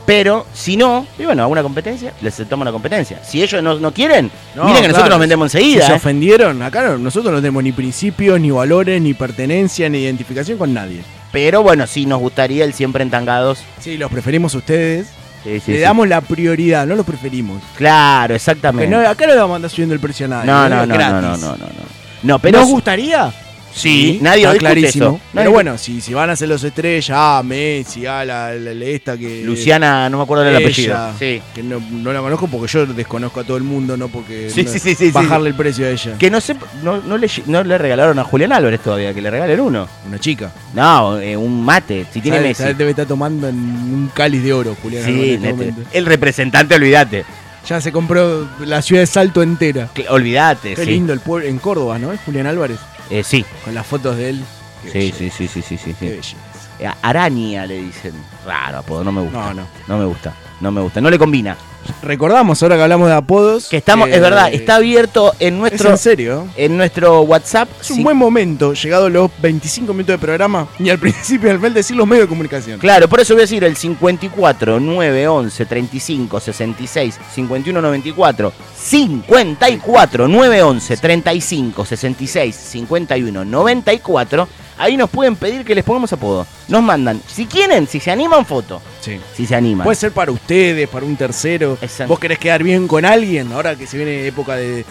Speaker 7: Pero si no, y bueno, alguna competencia, les toma una competencia. Si ellos no, no quieren,
Speaker 10: No,
Speaker 7: miren que nosotros
Speaker 10: claro,
Speaker 7: nos vendemos
Speaker 10: si
Speaker 7: enseguida.
Speaker 10: se
Speaker 7: ¿eh?
Speaker 10: ofendieron, acá no- nosotros no tenemos ni principios, ni valores, ni pertenencia, ni identificación con nadie.
Speaker 7: Pero bueno, sí nos gustaría el siempre entangados.
Speaker 10: Sí, los preferimos a ustedes.
Speaker 7: Sí, sí,
Speaker 10: Le
Speaker 7: sí.
Speaker 10: damos la prioridad, no los preferimos.
Speaker 7: Claro,
Speaker 10: Porque
Speaker 7: exactamente.
Speaker 10: no, acá no le vamos a andar subiendo el precio a nadie.
Speaker 7: No,
Speaker 10: ¿eh?
Speaker 7: no, no,
Speaker 10: Gratis.
Speaker 7: no, no, no, no, no. No, pero
Speaker 10: ¿Nos gustaría?
Speaker 7: sí, nadie
Speaker 10: está
Speaker 7: lo discute
Speaker 10: clarísimo.
Speaker 7: eso. Nadie-
Speaker 10: Pero bueno, si, si van a ser los estrellas, ah, Messi, ah, la, la- la- esta que.
Speaker 7: Luciana, no me acuerdo del
Speaker 10: ella,
Speaker 7: apellido. Sí.
Speaker 10: Que no, no la conozco porque yo desconozco a todo el mundo, no porque.
Speaker 7: Sí,
Speaker 10: no-
Speaker 7: sí, sí, sí, sí.
Speaker 10: Bajarle el precio a ella.
Speaker 7: Que no sé, no, no le, no le regalaron a Julián Álvarez todavía, que le regalen uno.
Speaker 10: Una chica.
Speaker 7: No, eh, un mate, si tiene
Speaker 10: ¿Sabe-
Speaker 7: Messi.
Speaker 10: sabe, debe estar tomando en un cáliz de oro, Julián. Álvarez,
Speaker 7: Sí,
Speaker 10: en este
Speaker 7: nete.
Speaker 10: momento.
Speaker 7: el representante, olvídate.
Speaker 10: Ya se compró la ciudad de Salto entera.
Speaker 7: Cl- Olvídate,
Speaker 10: Qué
Speaker 7: Eh, sí.
Speaker 10: lindo el pueblo en Córdoba, ¿no? Es Julián Álvarez.
Speaker 7: Eh, sí.
Speaker 10: Con las fotos de él. Qué
Speaker 7: Sí,
Speaker 10: belleza,
Speaker 7: sí, sí, sí, sí, sí,
Speaker 10: Qué
Speaker 7: sí.
Speaker 10: belleza.
Speaker 7: Eh, Araña le dicen. Raro apodo, no me gusta.
Speaker 10: No, no.
Speaker 7: me gusta. No me gusta. No le combina.
Speaker 10: Recordamos ahora que hablamos de apodos.
Speaker 7: Que estamos,
Speaker 10: que-
Speaker 7: es verdad, está abierto en
Speaker 10: Es
Speaker 7: nuestro
Speaker 10: en serio. ¿eh?
Speaker 7: en nuestro WhatsApp.
Speaker 10: Es un
Speaker 7: Sí.
Speaker 10: buen momento, llegado los 25 minutos de programa, ni al principio ni al final decir los medios de comunicación.
Speaker 7: Claro, por eso voy a decir el 54 9 11 35 66 51 94 54 9 11 35 66 51 94 Ahí nos pueden pedir que les pongamos apodo. Nos mandan, si quieren, si se animan, foto.
Speaker 10: Sí.
Speaker 7: Si se animan.
Speaker 10: Puede ser para ustedes, para un tercero.
Speaker 7: Exacto.
Speaker 10: Vos querés quedar bien con alguien, ahora que se viene época de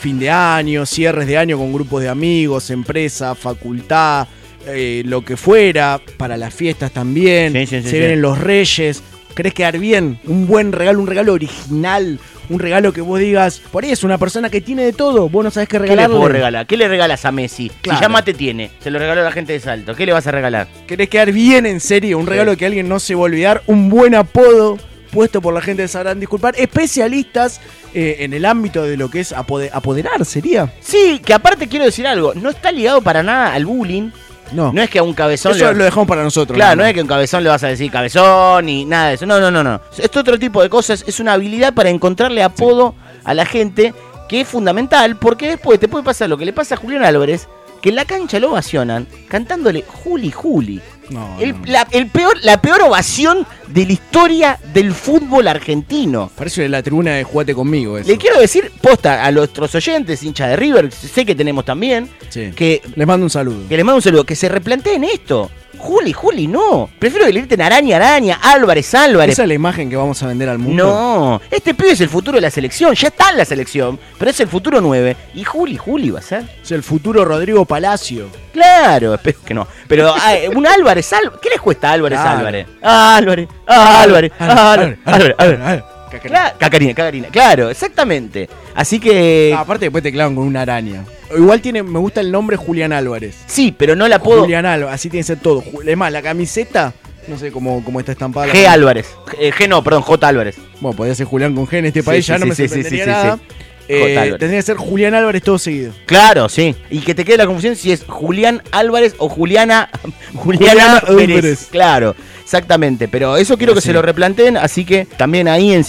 Speaker 10: fin de año, cierres de año con grupos de amigos, empresa, facultad, eh, lo que fuera, para las fiestas también.
Speaker 7: Sí, sí, sí,
Speaker 10: se
Speaker 7: sí.
Speaker 10: vienen los reyes. ¿Querés quedar bien? Un buen regalo, un regalo original, un regalo que vos digas, por ahí es una persona que tiene de todo, vos no sabés qué
Speaker 7: ¿Qué le
Speaker 10: regalarle.
Speaker 7: puedo regalar? ¿Qué le regalas a Messi?
Speaker 10: Claro.
Speaker 7: Si ya mate tiene, se lo regaló a la gente de Salto. ¿Qué le vas a regalar?
Speaker 10: Querés quedar bien en serio, un regalo que alguien no se va a olvidar, un buen apodo
Speaker 12: puesto por la gente de Sabrán Disculpar, especialistas eh, en el ámbito de lo que es apode- apoderar, sería.
Speaker 7: Sí, que aparte quiero decir algo, no está ligado para nada al bullying.
Speaker 12: No.
Speaker 7: No es que a un cabezón
Speaker 12: Eso
Speaker 7: le-
Speaker 12: lo dejamos para nosotros.
Speaker 7: Claro, no
Speaker 12: nada
Speaker 7: es que a un cabezón le vas a decir cabezón y nada de eso. No, no, no, no. Es otro tipo de cosas, es una habilidad para encontrarle apodo a la gente que es fundamental porque después te puede pasar lo que le pasa a Julián Álvarez, que en la cancha lo ovacionan cantándole Juli Juli.
Speaker 12: No,
Speaker 7: El- la, el peor, la peor ovación de la historia del fútbol argentino.
Speaker 10: Parece la tribuna de Jugate conmigo. Eso.
Speaker 7: Le quiero decir, posta, a nuestros oyentes, hinchas de River, sé que tenemos también,
Speaker 10: Sí.
Speaker 7: que,
Speaker 10: Les mando un saludo.
Speaker 7: que les mando un saludo, que se replanteen esto. Juli, Juli, no. Prefiero que le griten araña, araña, Álvarez, Álvarez.
Speaker 10: Esa es la imagen que vamos a vender al mundo.
Speaker 7: No, este pibe es el futuro de la selección, ya está en la selección, pero es el futuro 9. Y Juli, Juli va a ser.
Speaker 10: Es el futuro Rodrigo Palacio.
Speaker 7: Claro, espero que no. Pero ah, eh, un Álvarez, Álvarez, ¿qué les cuesta a Álvarez,
Speaker 10: Claro.
Speaker 7: Álvarez? Álvarez, Álvarez, Álvarez, Álvarez, Álvarez.
Speaker 10: Cacarina.
Speaker 7: Claro, Cacarina, Cacarina, claro, exactamente. Así que...
Speaker 10: Ah, aparte después te clavan con una araña. Igual tiene, me gusta el nombre Julián Álvarez.
Speaker 7: Sí, pero no la puedo...
Speaker 10: Julián Álvarez, así tiene que ser todo. Ju- Es más, la camiseta, no sé cómo, cómo está estampada. la
Speaker 7: G
Speaker 10: camiseta.
Speaker 7: Álvarez. Eh, G no, perdón, J Álvarez.
Speaker 10: Bueno, podría ser Julián con G en este
Speaker 7: Sí,
Speaker 10: país,
Speaker 7: sí,
Speaker 10: ya no
Speaker 7: sí,
Speaker 10: me
Speaker 7: sí, sí,
Speaker 10: sorprendería
Speaker 7: sí, sí,
Speaker 10: nada.
Speaker 7: sí.
Speaker 10: Eh,
Speaker 7: J. Álvarez.
Speaker 10: tendría que ser Julián Álvarez todo seguido.
Speaker 7: Claro, sí. Y que te quede la confusión si es Julián Álvarez o Juliana Juliana,
Speaker 10: Juliana
Speaker 7: Pérez.
Speaker 10: Álvarez. Ah,
Speaker 7: Claro, exactamente. Pero eso quiero que se lo replanteen, así que también ahí en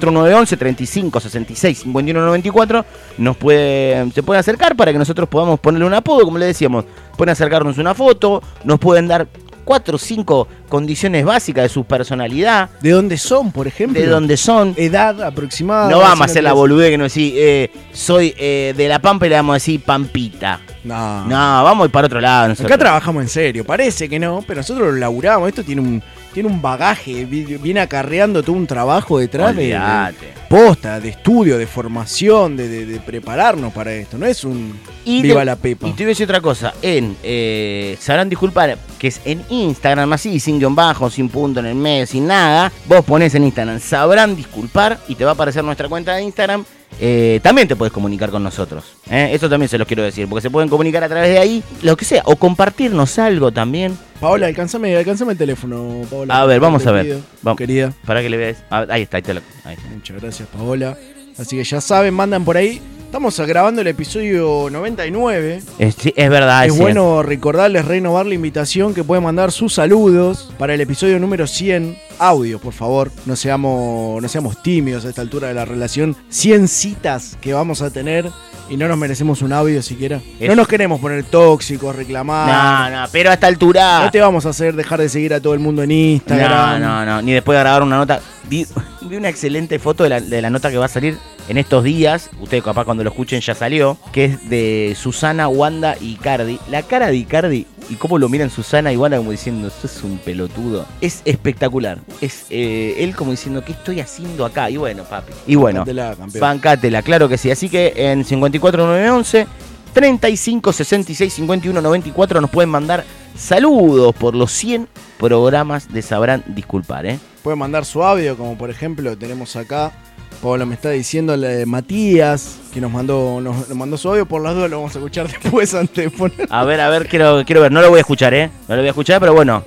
Speaker 7: 54911 35 66 51 94 nos pueden se pueden acercar para que nosotros podamos ponerle un apodo, como le decíamos. Pueden acercarnos una foto, nos pueden dar cuatro o cinco condiciones básicas de su personalidad,
Speaker 10: ¿De dónde son, por ejemplo? Eh,
Speaker 7: de dónde son,
Speaker 10: Edad aproximada.
Speaker 7: No vamos a
Speaker 10: si
Speaker 7: hacer la
Speaker 10: tenés-
Speaker 7: boludez que nos decís, eh, soy eh, de La Pampa y le vamos a decir Pampita.
Speaker 10: No.
Speaker 7: No, vamos a ir para otro lado nosotros.
Speaker 10: Ah. Acá trabajamos en serio, parece que no, pero nosotros lo laburamos. Esto tiene un, tiene un bagaje, vi- viene acarreando todo un trabajo detrás de, de
Speaker 7: Olvídate.
Speaker 10: posta, de estudio, de formación, de, de- de prepararnos para esto. No es un
Speaker 7: Y
Speaker 10: viva
Speaker 7: te-
Speaker 10: la pepa.
Speaker 7: Y te voy a decir otra cosa. En, eh, sabrán disculpar, que es en Instagram así, sin guión bajo, sin punto en el medio, sin nada. Vos ponés en Instagram, sabrán disculpar y te va a aparecer nuestra cuenta de Instagram. Eh, también te puedes comunicar con nosotros. ¿eh? Eso también se los quiero decir, porque se pueden comunicar a través de ahí, lo que sea, o compartirnos algo también.
Speaker 10: Paola, alcanzame, alcanzame el teléfono, Paola.
Speaker 7: A ver, vamos
Speaker 10: Te
Speaker 7: a ver.
Speaker 10: pido,
Speaker 7: Vamos.
Speaker 10: Querida,
Speaker 7: Para que le veas. Ah, Ahí está, ahí te lo. Ahí está.
Speaker 10: muchas gracias, Paola. Así que ya saben, mandan por ahí. Estamos grabando el episodio 99.
Speaker 7: Es, sí, es verdad,
Speaker 10: es
Speaker 7: cierto.
Speaker 10: bueno recordarles, renovar la invitación que pueden mandar sus saludos para el episodio número 100. Audio, por favor. No seamos, no seamos tímidos a esta altura de la relación. 100 citas que vamos a tener y no nos merecemos un audio siquiera.
Speaker 7: Es-
Speaker 10: No nos queremos poner tóxicos, reclamar.
Speaker 7: No, no, pero a esta altura.
Speaker 10: No te vamos a hacer dejar de seguir a todo el mundo en
Speaker 7: No,
Speaker 10: Instagram.
Speaker 7: no, no. Ni después de grabar una nota. Vi, vi una excelente foto de la, de la nota que va a salir en estos días. Ustedes capaz cuando lo escuchen ya salió. Que es de Susana, Wanda y Cardi. La cara de Icardi y cómo lo miran Susana y Wanda como diciendo, esto es un pelotudo. Es espectacular. Es eh, él como diciendo, ¿qué estoy haciendo acá? Y bueno, papi. Y bueno,
Speaker 10: Bancátela, campeón.
Speaker 7: bancátela, claro que sí. Así que en 54911 35 66 51 94 nos pueden mandar saludos por los 100 programas de Sabrán Disculpar, ¿eh?
Speaker 10: Pueden mandar su audio, como por ejemplo tenemos acá. Pablo me está diciendo la de Matías, que nos mandó, nos, nos mandó su audio. Por las dudas lo vamos a escuchar después antes de poner.
Speaker 7: A ver, a ver, quiero, quiero ver. No lo voy a escuchar, ¿eh? No lo voy a escuchar, pero bueno.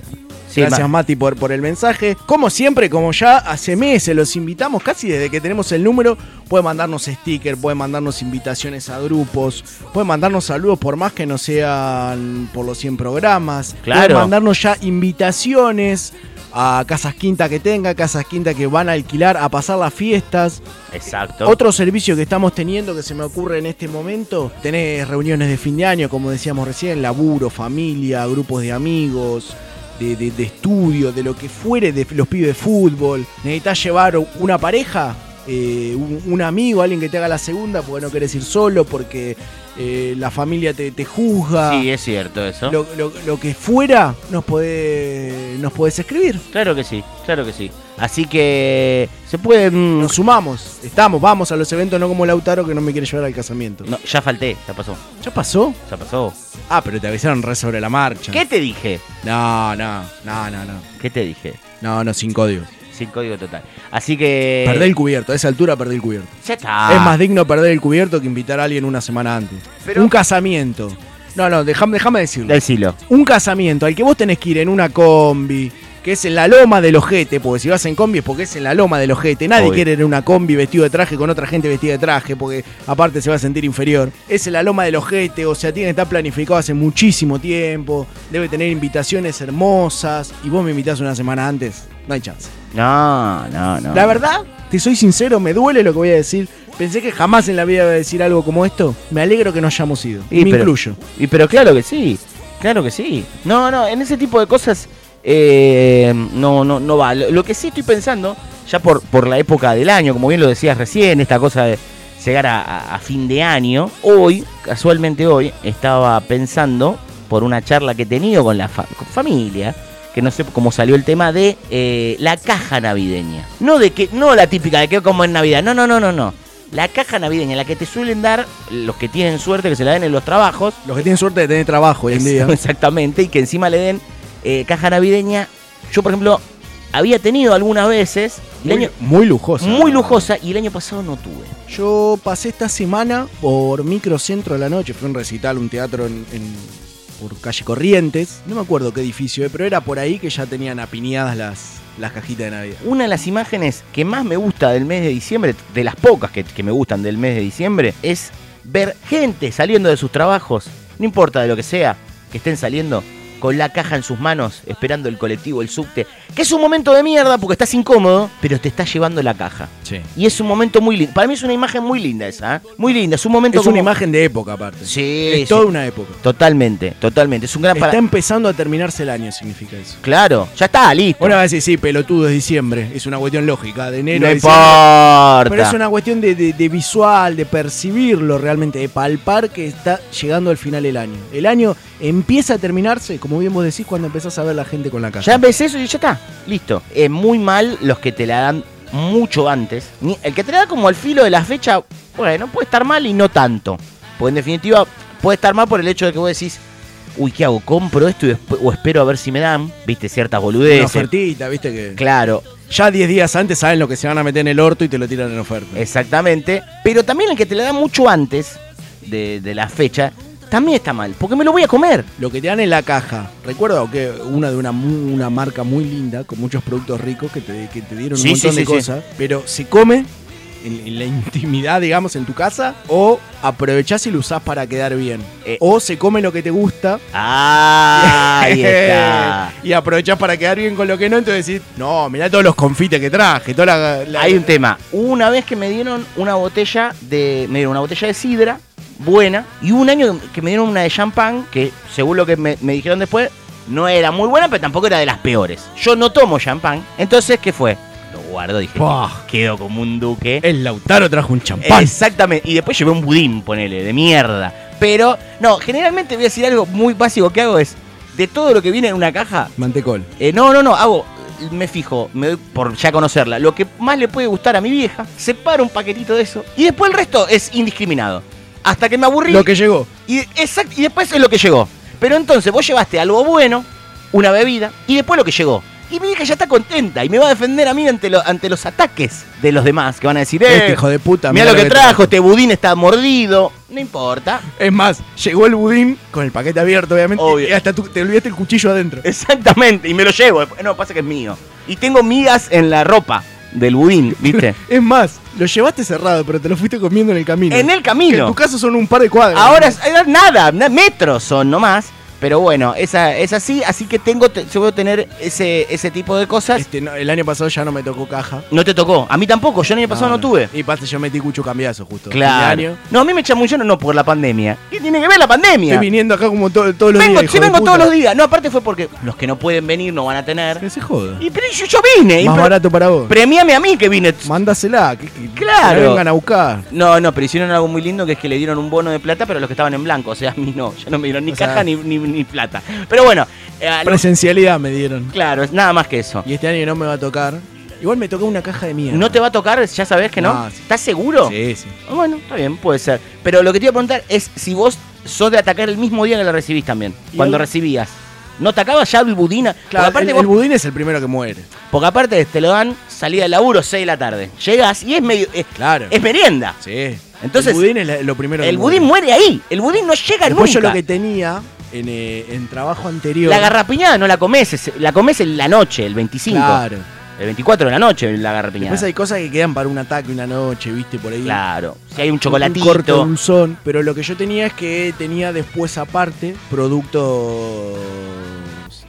Speaker 7: Sí,
Speaker 10: Gracias
Speaker 7: ma-
Speaker 10: Mati por, por el mensaje. Como siempre, como ya hace meses los invitamos, casi desde que tenemos el número, pueden mandarnos stickers, pueden mandarnos invitaciones a grupos, pueden mandarnos saludos por más que no sean por los 100 programas.
Speaker 7: Claro.
Speaker 10: Pueden mandarnos ya invitaciones a casas quinta que tenga, casas quinta que van a alquilar a pasar las fiestas.
Speaker 7: Exacto.
Speaker 10: Otro servicio que estamos teniendo que se me ocurre en este momento, tenés reuniones de fin de año, como decíamos recién, laburo, familia, grupos de amigos, de, de- de estudio, de lo que fuere, de los pibes de fútbol. Necesitas llevar una pareja, eh, un, un amigo, alguien que te haga la segunda, porque no querés ir solo, porque eh, la familia te, te juzga.
Speaker 7: Sí, es cierto eso.
Speaker 10: lo, lo- lo que fuera, nos podés, nos podés escribir.
Speaker 7: Claro que sí, claro que sí. Así que mm, se pueden...
Speaker 10: Nos sumamos, estamos, vamos a los eventos, no como Lautaro que no me quiere llevar al casamiento.
Speaker 7: No, ya falté, ya pasó,
Speaker 10: ¿Ya pasó?
Speaker 7: ya pasó.
Speaker 10: Ah, pero te avisaron re sobre la marcha.
Speaker 7: ¿Qué te dije?
Speaker 10: No, no, no, no, no.
Speaker 7: ¿Qué te dije?
Speaker 10: No, no, sin código.
Speaker 7: Sin código total. Así que...
Speaker 10: Perdé el cubierto, a esa altura perdé el cubierto.
Speaker 7: Ya está.
Speaker 10: Es más digno perder el cubierto que invitar a alguien una semana antes.
Speaker 7: Pero-
Speaker 10: Un casamiento. No, no, déjame, déjame decirlo.
Speaker 7: Decilo.
Speaker 10: Un casamiento al que vos tenés que ir en una combi, que es en la loma del ojete, porque si vas en combi es porque es en la loma del ojete. Nadie
Speaker 7: Obvio.
Speaker 10: quiere ir en una combi vestido de traje con otra gente vestida de traje, porque aparte se va a sentir inferior. Es en la loma del ojete, o sea, tiene que estar planificado hace muchísimo tiempo, debe tener invitaciones hermosas, y vos me invitás una semana antes, no hay chance.
Speaker 7: No, no, no.
Speaker 10: La verdad, te soy sincero, me duele lo que voy a decir. Pensé que jamás en la vida iba a decir algo como esto. Me alegro que no hayamos ido.
Speaker 7: Y
Speaker 10: me
Speaker 7: pero-
Speaker 10: incluyo.
Speaker 7: Y pero claro que sí, claro que sí. No, no, en ese tipo de cosas eh, no, no, no va. Lo, lo que sí estoy pensando, ya por, por la época del año, como bien lo decías recién, esta cosa de llegar a, a- a fin de año, hoy, casualmente hoy, estaba pensando por una charla que he tenido con la fa- con familia, que no sé cómo salió el tema de eh, la caja navideña. No de que, no la típica de que como en Navidad, no, no, no, no, no. La caja navideña, la que te suelen dar los que tienen suerte, que se la den en los trabajos,
Speaker 10: Los que tienen suerte de tener trabajo hoy en día.
Speaker 7: Exactamente, y que encima le den eh, caja navideña. Yo, por ejemplo, había tenido algunas veces. el
Speaker 10: Muy,
Speaker 7: año-
Speaker 10: muy lujosa.
Speaker 7: muy lujosa y el año pasado no tuve.
Speaker 10: Yo pasé esta semana por Microcentro de la Noche, fue un recital, un teatro en, en- por calle Corrientes, no me acuerdo qué edificio, eh, pero era por ahí que ya tenían apiñadas las, las cajitas de Navidad.
Speaker 7: Una de las imágenes que más me gusta del mes de diciembre, de las pocas que, que me gustan del mes de diciembre, es ver gente saliendo de sus trabajos, no importa de lo que sea, que estén saliendo con la caja en sus manos, esperando el colectivo, el subte, que es un momento de mierda porque estás incómodo, pero te estás llevando la caja.
Speaker 10: Sí.
Speaker 7: Y es un momento muy lindo. Para mí es una imagen muy linda esa, ¿eh? Muy linda. Es un momento
Speaker 10: Es una
Speaker 7: como-
Speaker 10: imagen de época aparte.
Speaker 7: Sí.
Speaker 10: Es
Speaker 7: sí.
Speaker 10: toda una época.
Speaker 7: Totalmente, totalmente. Es un gran
Speaker 10: Está
Speaker 7: para...
Speaker 10: empezando a terminarse el año, significa eso.
Speaker 7: Claro, ya está, listo.
Speaker 10: Una vez sí, pelotudo es diciembre, es una cuestión lógica, de enero
Speaker 7: no
Speaker 10: a diciembre.
Speaker 7: importa.
Speaker 10: Pero es una cuestión de, de- de visual, de percibirlo realmente, de palpar que está llegando al final el año. El año empieza a terminarse, como bien vos decís, cuando empezás a ver la gente con la caja.
Speaker 7: Ya empecé eso y ya está, listo. Eh, muy mal los que te la dan mucho antes. Ni- El que te la da como al filo de la fecha, bueno, puede estar mal y no tanto. Pues en definitiva, puede estar mal por el hecho de que vos decís, uy, ¿qué hago? ¿Compro esto y después- o espero a ver si me dan? Viste, ciertas
Speaker 10: Una
Speaker 7: boludeces.
Speaker 10: ofertita, viste que.
Speaker 7: Claro,
Speaker 10: Ya 10 días antes saben lo que se van a meter en el orto y te lo tiran en
Speaker 7: Eh.
Speaker 10: oferta.
Speaker 7: Exactamente. Pero también el que te la da mucho antes de, de la fecha, también está mal. Porque me lo voy a comer.
Speaker 10: Lo que te dan en la caja. Recuerdo que una de una, mu- una marca muy linda, con muchos productos ricos, que te, que te dieron
Speaker 7: Sí,
Speaker 10: un montón
Speaker 7: sí,
Speaker 10: de
Speaker 7: sí, sí.
Speaker 10: cosas, pero se come en, en la intimidad, digamos, en tu casa, o aprovechás y lo usás para quedar bien.
Speaker 7: Eh.
Speaker 10: O se come lo que te gusta.
Speaker 7: Ah, ahí está.
Speaker 10: Eh, y aprovechás para quedar bien con lo que no, entonces decís, no, mirá todos los confites que traje, toda la, la-
Speaker 7: Hay un tema. Una vez que me dieron una botella de. Me dieron una botella de sidra, buena. Y un año que me dieron una de champán, que según lo que me, me dijeron después, no era muy buena, pero tampoco era de las peores. Yo no tomo champán. Entonces, ¿qué fue? Lo guardo, dije.
Speaker 10: Buah.
Speaker 7: Quedo como un duque.
Speaker 10: El Lautaro trajo un champán.
Speaker 7: Exactamente. Y después llevé un budín, ponele, de mierda. Pero, no, generalmente voy a decir algo muy básico que hago es, de todo lo que viene en una caja,
Speaker 10: Mantecol.
Speaker 7: eh, no, no, no, hago, me fijo, me doy por ya conocerla, lo que más le puede gustar a mi vieja, separo un paquetito de eso, y después el resto es indiscriminado. Hasta que me aburrí.
Speaker 10: Lo que llegó.
Speaker 7: Y, exact- y después es lo que llegó. Pero entonces vos llevaste algo bueno, una bebida, y después lo que llegó. Y mi vieja ya está contenta y me va a defender a mí ante, lo- ante los ataques de los demás que van a decir, eh,
Speaker 10: Este hijo de puta,
Speaker 7: mira
Speaker 10: mirá
Speaker 7: lo que trajo, este budín está mordido. No importa.
Speaker 10: Es más, llegó el budín con el paquete abierto, obviamente.
Speaker 7: Obvio. Eh,
Speaker 10: Y hasta tú, te olvidaste el cuchillo adentro.
Speaker 7: Exactamente, y me lo llevo. No, pasa que es mío. Y tengo migas en la ropa del budín, ¿viste?
Speaker 10: Es más, lo llevaste cerrado, pero te lo fuiste comiendo en el camino.
Speaker 7: En el
Speaker 10: Que en
Speaker 7: camino.
Speaker 10: tu caso son un par de cuadras.
Speaker 7: Ahora es- era nada, na- metros son nomás. Pero bueno, esa es así, así que tengo, te- yo voy a tener ese, ese tipo de cosas.
Speaker 10: Este, no, el año pasado ya no me tocó caja.
Speaker 7: No te tocó. A mí tampoco, yo el año pasado no, tuve.
Speaker 10: Y pasa, yo metí cucho cambiazo justo. Este
Speaker 7: Claro.
Speaker 10: año.
Speaker 7: No, a mí me chamullaron no por la pandemia. ¿Qué tiene que ver la pandemia?
Speaker 10: Estoy viniendo acá como to- todos los
Speaker 7: vengo,
Speaker 10: días.
Speaker 7: sí, vengo todos los días. No, aparte fue porque los que no pueden venir no van a
Speaker 10: Que
Speaker 7: tener.
Speaker 10: se joda.
Speaker 7: Y pero yo, yo vine. y
Speaker 10: Más
Speaker 7: pre-
Speaker 10: barato para vos.
Speaker 7: premiame a mí que vine.
Speaker 10: Mándasela. Que, que-
Speaker 7: Claro.
Speaker 10: que la vengan a buscar.
Speaker 7: No, no, pero hicieron algo muy lindo que es que le dieron un bono de plata, pero a los que estaban en blanco, o sea, a mí no, ya no me dieron ni
Speaker 10: O sea-
Speaker 7: caja ni, ni, ni plata. Pero bueno, eh, a los-
Speaker 10: Presencialidad me dieron.
Speaker 7: claro, es nada más que eso.
Speaker 10: Y este año no me va a tocar. Igual me tocó una caja de mierda.
Speaker 7: ¿No te va a tocar? ¿Ya sabés que no?
Speaker 10: No, sí.
Speaker 7: ¿Estás seguro?
Speaker 10: Sí, sí.
Speaker 7: Bueno, está bien, puede ser. Pero lo que te iba a preguntar es si vos sos de atacar el mismo día que la recibís también,
Speaker 10: Y
Speaker 7: cuando
Speaker 10: el-
Speaker 7: recibías. ¿No atacabas ya el budina? porque,
Speaker 10: Claro,
Speaker 7: aparte
Speaker 10: el,
Speaker 7: vos-
Speaker 10: el budín es el primero que muere.
Speaker 7: porque aparte te lo dan salida del laburo 6 de la tarde. Llegás y es medio... Es,
Speaker 10: Claro.
Speaker 7: es merienda.
Speaker 10: Sí.
Speaker 7: Entonces,
Speaker 10: el budín es la- lo primero que
Speaker 7: El budín muere ahí. El budín no llega nunca.
Speaker 10: Después yo lo que tenía en, eh, en trabajo anterior.
Speaker 7: La garrapiñada no la comes, es- la comes en la noche, el 25.
Speaker 10: Claro.
Speaker 7: El 24 de la noche la garrapiñada.
Speaker 10: Después hay cosas que quedan para un ataque una noche, ¿viste? Por ahí.
Speaker 7: Claro. Si hay un
Speaker 10: Un corte,
Speaker 7: chocolatito.
Speaker 10: un son. Pero lo que yo tenía es que tenía después aparte productos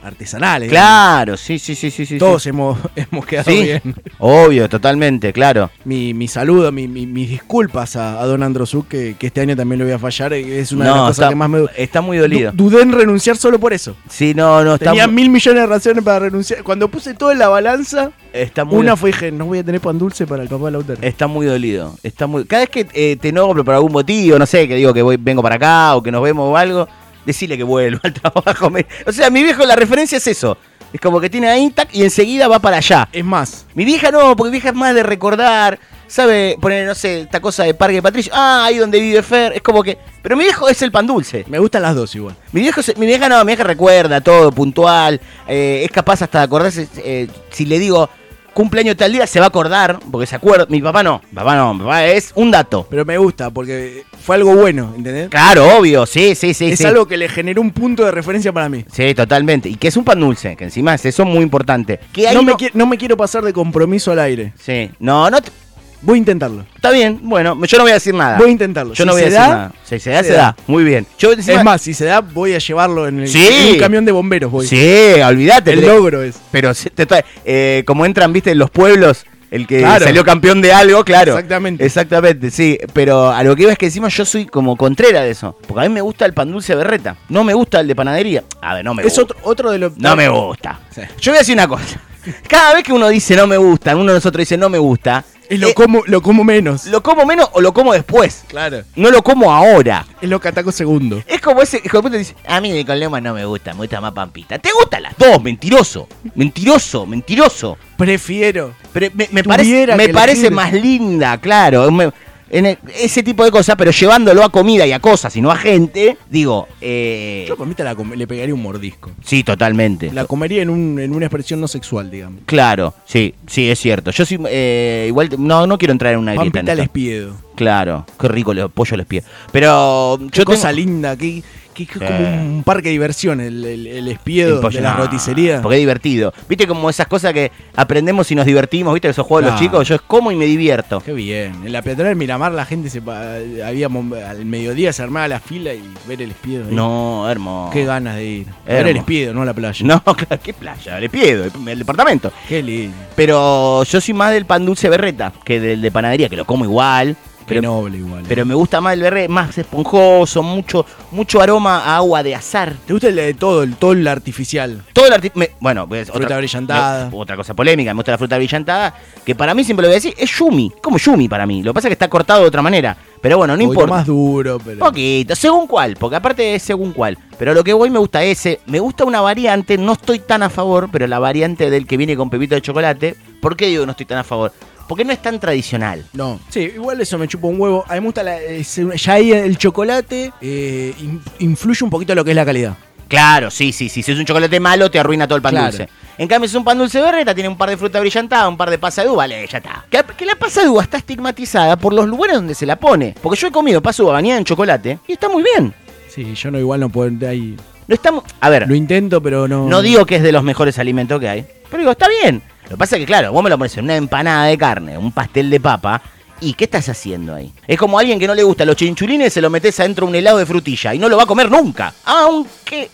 Speaker 10: artesanales.
Speaker 7: Claro, sí, sí, sí, sí. sí
Speaker 10: Todos
Speaker 7: sí.
Speaker 10: hemos, hemos quedado
Speaker 7: Sí,
Speaker 10: bien.
Speaker 7: Obvio, totalmente, claro.
Speaker 10: Mi, mi saludo, mi- mi- mis disculpas a, a Don Androsuk, que, que este año también lo voy a fallar. eh, Es una de las
Speaker 7: No,
Speaker 10: cosas
Speaker 7: está,
Speaker 10: que más me.
Speaker 7: está muy dolido.
Speaker 10: Du- dudé en renunciar solo por eso.
Speaker 7: Sí, no, no, está,
Speaker 10: Tenía
Speaker 7: mu-
Speaker 10: mil millones de razones para renunciar. Cuando puse todo en la balanza,
Speaker 7: está muy
Speaker 10: una fue dije, no voy a tener pan dulce para el papá de Lautaro.
Speaker 7: Está muy dolido. Está muy. Cada vez que eh, te nombro por algún motivo, no sé, que digo que voy, vengo para acá o que nos vemos o algo, decirle que vuelvo al trabajo. Me- O sea, mi viejo la referencia es eso. Es como que tiene ahí tac, y enseguida va para allá.
Speaker 10: Es más.
Speaker 7: Mi vieja no, porque mi vieja es más de recordar. ¿Sabe? Poner, no sé, esta cosa de Parque Patricio. Ah, ahí donde vive Fer. Es como que. Pero mi viejo es el pan dulce.
Speaker 10: Me gustan las dos igual.
Speaker 7: Mi, viejo, se- mi vieja no, mi vieja recuerda todo, puntual. eh, es capaz hasta de acordarse. eh, si le digo cumpleaños tal día, se va a acordar, porque se acuerda. Mi papá no, mi papá no, mi papá es un dato.
Speaker 10: Pero me gusta, porque fue algo bueno, ¿entendés?
Speaker 7: Claro, obvio, sí, sí, sí.
Speaker 10: es
Speaker 7: sí.
Speaker 10: algo que le generó un punto de referencia para mí.
Speaker 7: Sí, totalmente. Y que es un pan dulce, que encima es eso muy importante. Que ahí
Speaker 10: No,
Speaker 7: no,
Speaker 10: Me qui- no me quiero pasar de compromiso al aire.
Speaker 7: Sí, no, no. te-
Speaker 10: Voy a intentarlo.
Speaker 7: Está bien, bueno, yo no voy a decir nada.
Speaker 10: Voy a intentarlo.
Speaker 7: Yo
Speaker 10: Si
Speaker 7: no voy a
Speaker 10: se
Speaker 7: decir
Speaker 10: da,
Speaker 7: nada. Si se da,
Speaker 10: se
Speaker 7: se,
Speaker 10: da.
Speaker 7: da. Muy bien. Yo, encima-
Speaker 10: es más, si se da, voy a llevarlo en, el,
Speaker 7: Sí.
Speaker 10: en un camión de bomberos. Voy.
Speaker 7: Sí, olvídate.
Speaker 10: El
Speaker 7: pero-
Speaker 10: logro es.
Speaker 7: Pero se- te trae- eh, como entran, viste, en los pueblos, el que
Speaker 10: Claro.
Speaker 7: salió campeón de algo, claro.
Speaker 10: Exactamente.
Speaker 7: Exactamente, sí. Pero a lo que iba es que encima yo soy como contrera de eso. Porque a mí me gusta el pan dulce berreta. No me gusta el de panadería. A ver, no me
Speaker 10: es
Speaker 7: gusta.
Speaker 10: otro, otro de los.
Speaker 7: No me gusta.
Speaker 10: Sí.
Speaker 7: Yo voy a decir una cosa. Cada vez que uno dice no me gusta, uno de nosotros dice no me gusta,
Speaker 10: Es lo,
Speaker 7: Eh,
Speaker 10: como, lo como menos.
Speaker 7: lo como menos o lo como después.
Speaker 10: Claro.
Speaker 7: No lo como ahora.
Speaker 10: Es lo que ataco segundo.
Speaker 7: Es como ese hijo de puta que dice, a mí de con lema no me gusta, me gusta más pampita. ¿Te gustan las dos? Mentiroso, mentiroso, mentiroso.
Speaker 10: Prefiero.
Speaker 7: Pero me, me
Speaker 10: Tuviera
Speaker 7: parece, me
Speaker 10: que
Speaker 7: parece
Speaker 10: elegir.
Speaker 7: más linda, claro. Me- en el- ese tipo de cosas, pero llevándolo a comida y a cosas y no a gente, digo, eh,
Speaker 10: Yo con Vita la com- le pegaría un mordisco.
Speaker 7: sí, totalmente.
Speaker 10: La comería en, un, en una expresión no sexual, digamos.
Speaker 7: Claro, sí, sí, es cierto. Yo soy, eh, igual, no, no quiero entrar en una grieta. en
Speaker 10: Pampita
Speaker 7: esto.
Speaker 10: les pido.
Speaker 7: Claro, qué rico los pollos les pies. Pero
Speaker 10: Qué
Speaker 7: yo
Speaker 10: cosa
Speaker 7: tengo-
Speaker 10: linda, que, que- que es como
Speaker 7: Eh.
Speaker 10: un parque de diversión, el, el, el espiedo
Speaker 7: El pollo,
Speaker 10: de la
Speaker 7: no,
Speaker 10: roticería.
Speaker 7: Porque es divertido. Viste como esas cosas que aprendemos y nos divertimos, viste esos juegos de los
Speaker 10: Ah.
Speaker 7: chicos, yo es como y me divierto.
Speaker 10: Qué bien. En la peatonal de Miramar la gente se pa- había mom- al mediodía se armaba la fila y ver el espiedo. ahí.
Speaker 7: No, hermoso.
Speaker 10: Qué ganas de ir. A Ver
Speaker 7: Hermoso.
Speaker 10: el espiedo, no a la playa.
Speaker 7: No, claro, qué playa, le pido, el departamento.
Speaker 10: Qué lindo.
Speaker 7: Pero yo soy más del pan dulce berreta que del de panadería, que lo como igual.
Speaker 10: Qué
Speaker 7: Pero,
Speaker 10: noble igual. eh.
Speaker 7: pero me gusta más el berreta, más esponjoso, mucho, mucho aroma a agua de azar.
Speaker 10: ¿Te gusta el de todo, el todo el artificial?
Speaker 7: Todo el arti- me- bueno, pues,
Speaker 10: Fruta brillantada.
Speaker 7: me- otra cosa polémica, me gusta la fruta brillantada, que para mí siempre lo voy a decir, es yumi, como yumi para mí. Lo que pasa es que está cortado de otra manera. Pero bueno, no
Speaker 10: Un poquito
Speaker 7: importa.
Speaker 10: más duro, pero.
Speaker 7: Poquito, según cuál, porque aparte es según cuál. Pero lo que voy me gusta ese. Me gusta una variante, no estoy tan a favor, pero la variante del que viene con pepito de chocolate. ¿Por qué digo que no estoy tan a favor? Porque no es tan tradicional.
Speaker 10: No. Sí, igual eso me chupa un huevo. A mí me gusta la- ese- ya ahí el chocolate eh, in- influye un poquito lo que es la calidad.
Speaker 7: Claro, sí, sí, sí. Si es un chocolate malo, te arruina todo el pan
Speaker 10: Claro.
Speaker 7: dulce. En cambio, si es un pan dulce berreta, tiene un par de fruta brillantada, un par de pasa de uva, vale, ya está. Que, que la pasa de uva está estigmatizada por los lugares donde se la pone. Porque yo he comido pasa de uva bañada en chocolate y está muy bien.
Speaker 10: Sí, yo no igual no puedo. Ahí,
Speaker 7: No estamos. A ver,
Speaker 10: lo intento, pero no.
Speaker 7: no digo que es de los mejores alimentos que hay, pero digo, está bien. Lo que pasa es que, claro, vos me lo pones en una empanada de carne, un pastel de papa. ¿Y qué estás haciendo ahí? Es como alguien que no le gusta los chinchulines, se lo metes adentro de un helado de frutilla y no lo va a comer nunca. Aunque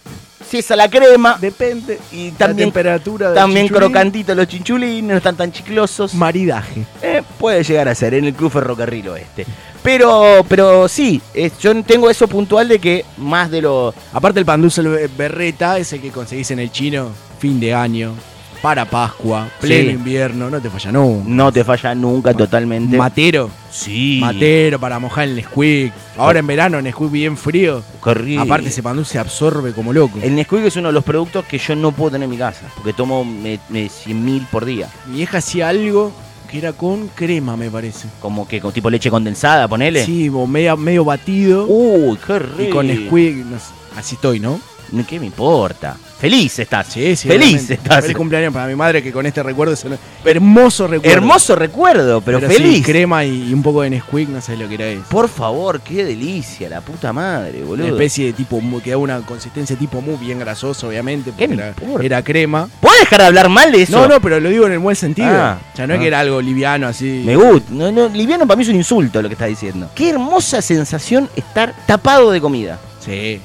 Speaker 7: si es a la crema,
Speaker 10: Depende.
Speaker 7: Y también,
Speaker 10: La temperatura del
Speaker 7: también
Speaker 10: chinchulín.
Speaker 7: crocantitos los chinchulines, no están tan chiclosos.
Speaker 10: Maridaje.
Speaker 7: Eh, puede llegar a ser en el Club Ferrocarril Oeste. Pero, pero sí, eh, yo tengo eso puntual de que más de lo.
Speaker 10: Aparte el pan dulce be- berreta es el que conseguís en el chino fin de año, para Pascua, pleno
Speaker 7: Sí.
Speaker 10: invierno, no te falla no.
Speaker 7: No te falla nunca totalmente.
Speaker 10: Matero,
Speaker 7: sí.
Speaker 10: matero para mojar el Nesquik. Ahora en verano Nesquik bien frío.
Speaker 7: Qué rico.
Speaker 10: Aparte ese pan dulce absorbe como loco.
Speaker 7: El Nesquik es uno de los productos que yo no puedo tener en mi casa, porque tomo me, me 100.000 por día.
Speaker 10: Mi vieja hacía algo que era con crema, me parece.
Speaker 7: Como que con tipo leche condensada, ponele. Uh,
Speaker 10: Sí, o media- medio batido
Speaker 7: Uy, qué rico.
Speaker 10: y con Nesquik, no sé, así estoy, ¿no?
Speaker 7: Ni ¿Qué me importa? Feliz estás.
Speaker 10: Sí, sí,
Speaker 7: Feliz
Speaker 10: obviamente.
Speaker 7: estás.
Speaker 10: Feliz cumpleaños para mi madre que con este recuerdo es un hermoso recuerdo.
Speaker 7: Hermoso recuerdo, pero,
Speaker 10: sí,
Speaker 7: feliz.
Speaker 10: crema y, y un poco de Nesquik, no sé lo que era eso.
Speaker 7: Por favor, qué delicia, la puta madre, boludo.
Speaker 10: Una especie de tipo, mu- que da una consistencia tipo muy bien grasoso, obviamente. porque
Speaker 7: me
Speaker 10: era, era crema.
Speaker 7: ¿Puedes dejar de hablar mal de eso?
Speaker 10: No, no, pero lo digo en el buen sentido.
Speaker 7: Ah,
Speaker 10: o sea, no es
Speaker 7: ah.
Speaker 10: que era algo liviano así.
Speaker 7: Me gusta. No, no, liviano para mí es un insulto lo que estás diciendo. Qué hermosa sensación estar tapado de comida.
Speaker 10: Sí.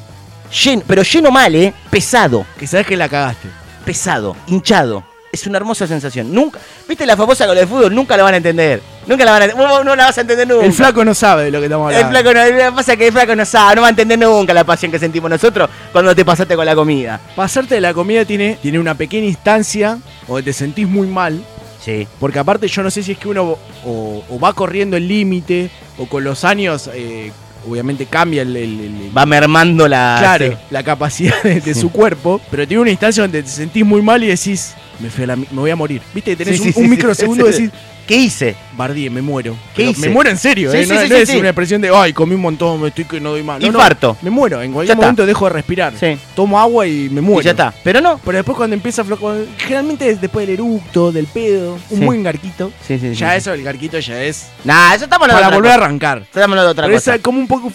Speaker 7: Lleno- pero lleno mal, ¿eh? Pesado.
Speaker 10: Que sabes que la cagaste.
Speaker 7: Pesado, hinchado. Es una hermosa sensación. Nunca. ¿Viste la famosa con lo de fútbol? Nunca la van a entender. Nunca la van a entender. Vos no la vas a entender nunca.
Speaker 10: El flaco no sabe de lo que estamos
Speaker 7: El
Speaker 10: hablando.
Speaker 7: flaco no, lo que pasa es que el flaco no sabe, no va a entender nunca la pasión que sentimos nosotros cuando te pasaste con la comida.
Speaker 10: Pasarte de la comida tiene, tiene una pequeña instancia donde te sentís muy mal.
Speaker 7: Sí.
Speaker 10: Porque aparte yo no sé si es que uno o, o va corriendo el límite o con los años eh, obviamente cambia el... el- el-
Speaker 7: Va mermando la.
Speaker 10: claro,
Speaker 7: sí.
Speaker 10: la capacidad de, de
Speaker 7: Sí.
Speaker 10: su cuerpo. Pero tiene una instancia donde te sentís muy mal y decís, me, fui a la mi- me voy a morir. Viste, tenés
Speaker 7: Sí,
Speaker 10: un,
Speaker 7: sí, sí,
Speaker 10: un
Speaker 7: sí,
Speaker 10: microsegundo
Speaker 7: sí, sí.
Speaker 10: y decís,
Speaker 7: ¿Qué hice?
Speaker 10: Bardie, me muero.
Speaker 7: ¿Qué
Speaker 10: Pero
Speaker 7: hice?
Speaker 10: Me muero en serio,
Speaker 7: Sí,
Speaker 10: ¿eh?
Speaker 7: sí,
Speaker 10: no,
Speaker 7: sí,
Speaker 10: no
Speaker 7: sí,
Speaker 10: es
Speaker 7: sí.
Speaker 10: una expresión de, ay, comí un montón, me estoy que no doy más. No, no,
Speaker 7: Infarto.
Speaker 10: me muero, en
Speaker 7: Ya
Speaker 10: cualquier
Speaker 7: está.
Speaker 10: momento dejo de respirar.
Speaker 7: Sí.
Speaker 10: Tomo agua y me muero.
Speaker 7: Y ya está. Pero no.
Speaker 10: Pero después cuando empieza a flo- cuando- Generalmente es después del eructo, del pedo, un
Speaker 7: Sí.
Speaker 10: buen garquito.
Speaker 7: Sí, sí,
Speaker 10: ya
Speaker 7: sí.
Speaker 10: eso, el garquito ya es.
Speaker 7: Nah, eso estamos hablando de
Speaker 10: Para
Speaker 7: otra
Speaker 10: volver a
Speaker 7: cosa.
Speaker 10: arrancar.
Speaker 7: Estamos hablando de otra
Speaker 10: Pero
Speaker 7: cosa.
Speaker 10: es como un poco.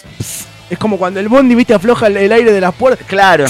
Speaker 10: Es como cuando el bondi, viste, afloja el, el aire de las puertas.
Speaker 7: Claro.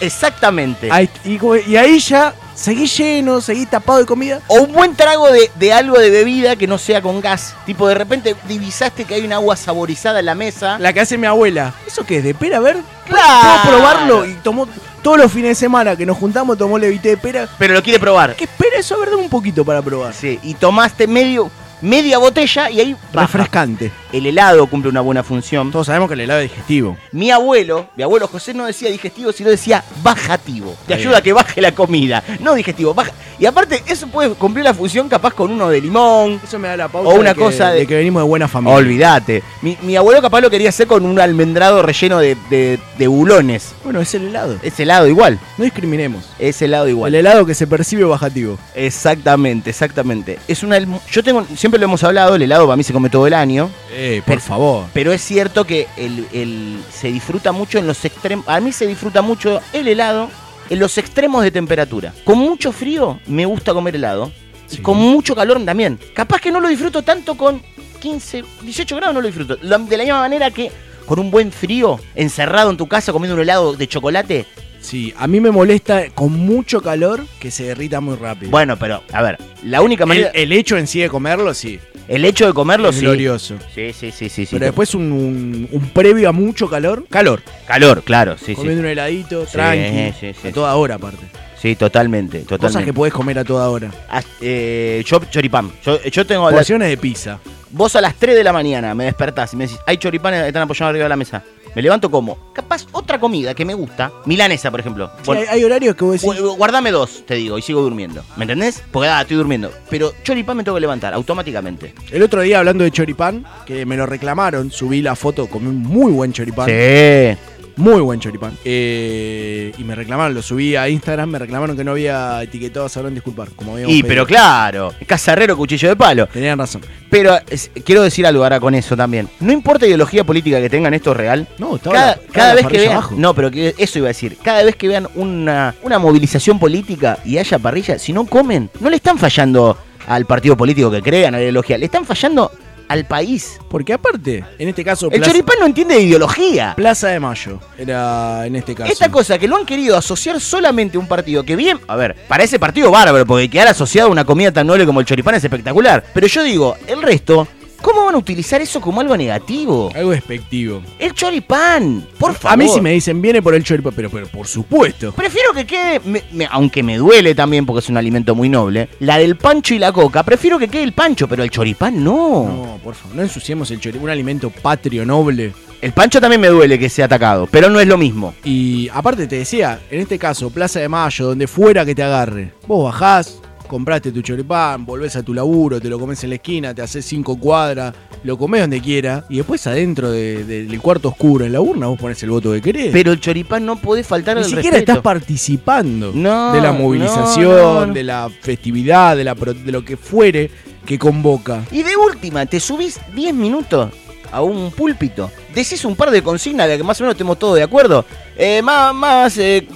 Speaker 7: Exactamente.
Speaker 10: Ahí- y, como- y ahí ya seguís lleno, seguís tapado de comida.
Speaker 7: O un buen trago de, de algo de bebida que no sea con gas. Tipo, de repente divisaste que hay un agua saborizada en la mesa.
Speaker 10: La que hace mi abuela. ¿Eso qué es? ¿De pera? A ver.
Speaker 7: Claro.
Speaker 10: Puedo probarlo. Y tomó todos los fines de semana que nos juntamos, tomó levité de pera.
Speaker 7: Pero lo quiere probar.
Speaker 10: ¿Qué espera eso? A ver, dame un poquito para probar.
Speaker 7: Sí, y tomaste medio, media botella y ahí baja.
Speaker 10: Refrescante.
Speaker 7: El helado cumple una buena función.
Speaker 10: Todos sabemos que el helado es digestivo.
Speaker 7: Mi abuelo, mi abuelo José no decía digestivo, sino decía bajativo. Te
Speaker 10: Está bien.
Speaker 7: ayuda a que baje la comida. No digestivo, baja. Y aparte, eso puede cumplir la función capaz con uno de limón.
Speaker 10: Eso me da la pauta.
Speaker 7: O una
Speaker 10: de que-
Speaker 7: cosa de-
Speaker 10: de que venimos de buena familia.
Speaker 7: Olvídate. Mi, mi abuelo capaz lo quería hacer con un almendrado relleno de, de, de bulones.
Speaker 10: Bueno, es el helado.
Speaker 7: Es helado igual.
Speaker 10: No discriminemos.
Speaker 7: Es helado igual.
Speaker 10: El helado que se percibe bajativo.
Speaker 7: Exactamente, exactamente. Es una, alm- yo tengo, siempre lo hemos hablado, el helado para mí se come todo el año.
Speaker 10: Eh,
Speaker 7: por
Speaker 10: favor.
Speaker 7: Pero es cierto que el, el- se disfruta mucho en los extremos. A mí se disfruta mucho el helado en los extremos de temperatura. Con mucho frío me gusta comer helado. Y
Speaker 10: Sí.
Speaker 7: con mucho calor también. Capaz que no lo disfruto tanto con 15, 18 grados, no lo disfruto. La- De la misma manera que con un buen frío, encerrado en tu casa comiendo un helado de chocolate.
Speaker 10: Sí, a mí me molesta con mucho calor que se derrita muy rápido.
Speaker 7: Bueno, pero a ver, la única manera.
Speaker 10: el, el hecho en sí de comerlo, sí.
Speaker 7: El, hecho de comerlo,
Speaker 10: es
Speaker 7: sí.
Speaker 10: glorioso.
Speaker 7: Sí, sí, sí, sí. sí.
Speaker 10: Pero después un, un- un previo a mucho calor. Calor.
Speaker 7: Calor, claro, sí, sí.
Speaker 10: Comiendo un heladito,
Speaker 7: Sí,
Speaker 10: tranqui.
Speaker 7: sí, sí.
Speaker 10: a toda hora, aparte.
Speaker 7: Sí, totalmente, totalmente.
Speaker 10: Cosas que podés comer a toda hora.
Speaker 7: Ah, eh, yo, choripán. Yo, eh, yo tengo la-
Speaker 10: Porciones de pizza.
Speaker 7: Vos a las 3 de la mañana me despertás y me decís, hay choripanes que están apoyados arriba de la mesa. Me levanto como. Capaz otra comida que me gusta, milanesa, por ejemplo.
Speaker 10: Sí,
Speaker 7: Bueno,
Speaker 10: hay, hay horarios que vos decís.
Speaker 7: gu- guardame dos, te digo, y sigo durmiendo. ¿Me entendés? Porque ah, estoy durmiendo. Pero choripán me tengo que levantar automáticamente.
Speaker 10: El otro día, hablando de choripán, que me lo reclamaron, subí la foto, comí un muy buen choripán.
Speaker 7: Sí.
Speaker 10: Muy buen choripán. Eh, y me reclamaron, lo subí a Instagram, me reclamaron que no había etiquetado a Sabrán Disculpar. Como habíamos
Speaker 7: Y
Speaker 10: pedido.
Speaker 7: pero claro, cazarrero, cuchillo de palo.
Speaker 10: Tenían razón.
Speaker 7: Pero es- quiero decir algo ahora con eso también. No importa ideología política que tengan, esto es real.
Speaker 10: No, estaba
Speaker 7: Cada,
Speaker 10: la- estaba
Speaker 7: cada
Speaker 10: la
Speaker 7: vez que
Speaker 10: parrilla
Speaker 7: vean,
Speaker 10: abajo.
Speaker 7: no, pero que eso iba a decir. Cada vez que vean una, una movilización política y haya parrilla, si no comen, no le están fallando al partido político que crean, a la ideología, le están fallando al país.
Speaker 10: Porque aparte, en este caso,
Speaker 7: El
Speaker 10: Plaza,
Speaker 7: choripán no entiende de ideología.
Speaker 10: Plaza de Mayo era en este caso.
Speaker 7: Esta cosa que lo han querido asociar solamente a un partido que bien, a ver, para ese partido bárbaro, porque quedar asociado a una comida tan noble como el choripán es espectacular. Pero yo digo, el resto, ¿cómo van a utilizar eso como algo negativo?
Speaker 10: Algo despectivo.
Speaker 7: El choripán, por favor.
Speaker 10: A mí sí me dicen, viene por el choripán, pero, pero por supuesto.
Speaker 7: Prefiero que quede, me- me- aunque me duele también porque es un alimento muy noble, la del pancho y la coca. Prefiero que quede el pancho, pero el choripán no.
Speaker 10: No, por favor, no ensuciemos el choripán, un alimento patrio, noble.
Speaker 7: El pancho también me duele que sea atacado, pero no es lo mismo.
Speaker 10: Y aparte te decía, en este caso, Plaza de Mayo, donde fuera que te agarre, vos bajás, compraste tu choripán, volvés a tu laburo, te lo comes en la esquina, te haces cinco cuadras, lo comés donde quiera, y después adentro de- de- del cuarto oscuro en la urna vos pones el voto que querés.
Speaker 7: Pero el choripán no puede faltar
Speaker 10: Ni
Speaker 7: al
Speaker 10: siquiera
Speaker 7: respeto.
Speaker 10: estás participando
Speaker 7: No,
Speaker 10: de la
Speaker 7: no,
Speaker 10: movilización,
Speaker 7: no, no.
Speaker 10: de la festividad, de, la, pro- de lo que fuere que convoca.
Speaker 7: Y de última, te subís 10 minutos a un púlpito decís un par de consignas de que más o menos estemos todos de acuerdo. Eh, más más eh,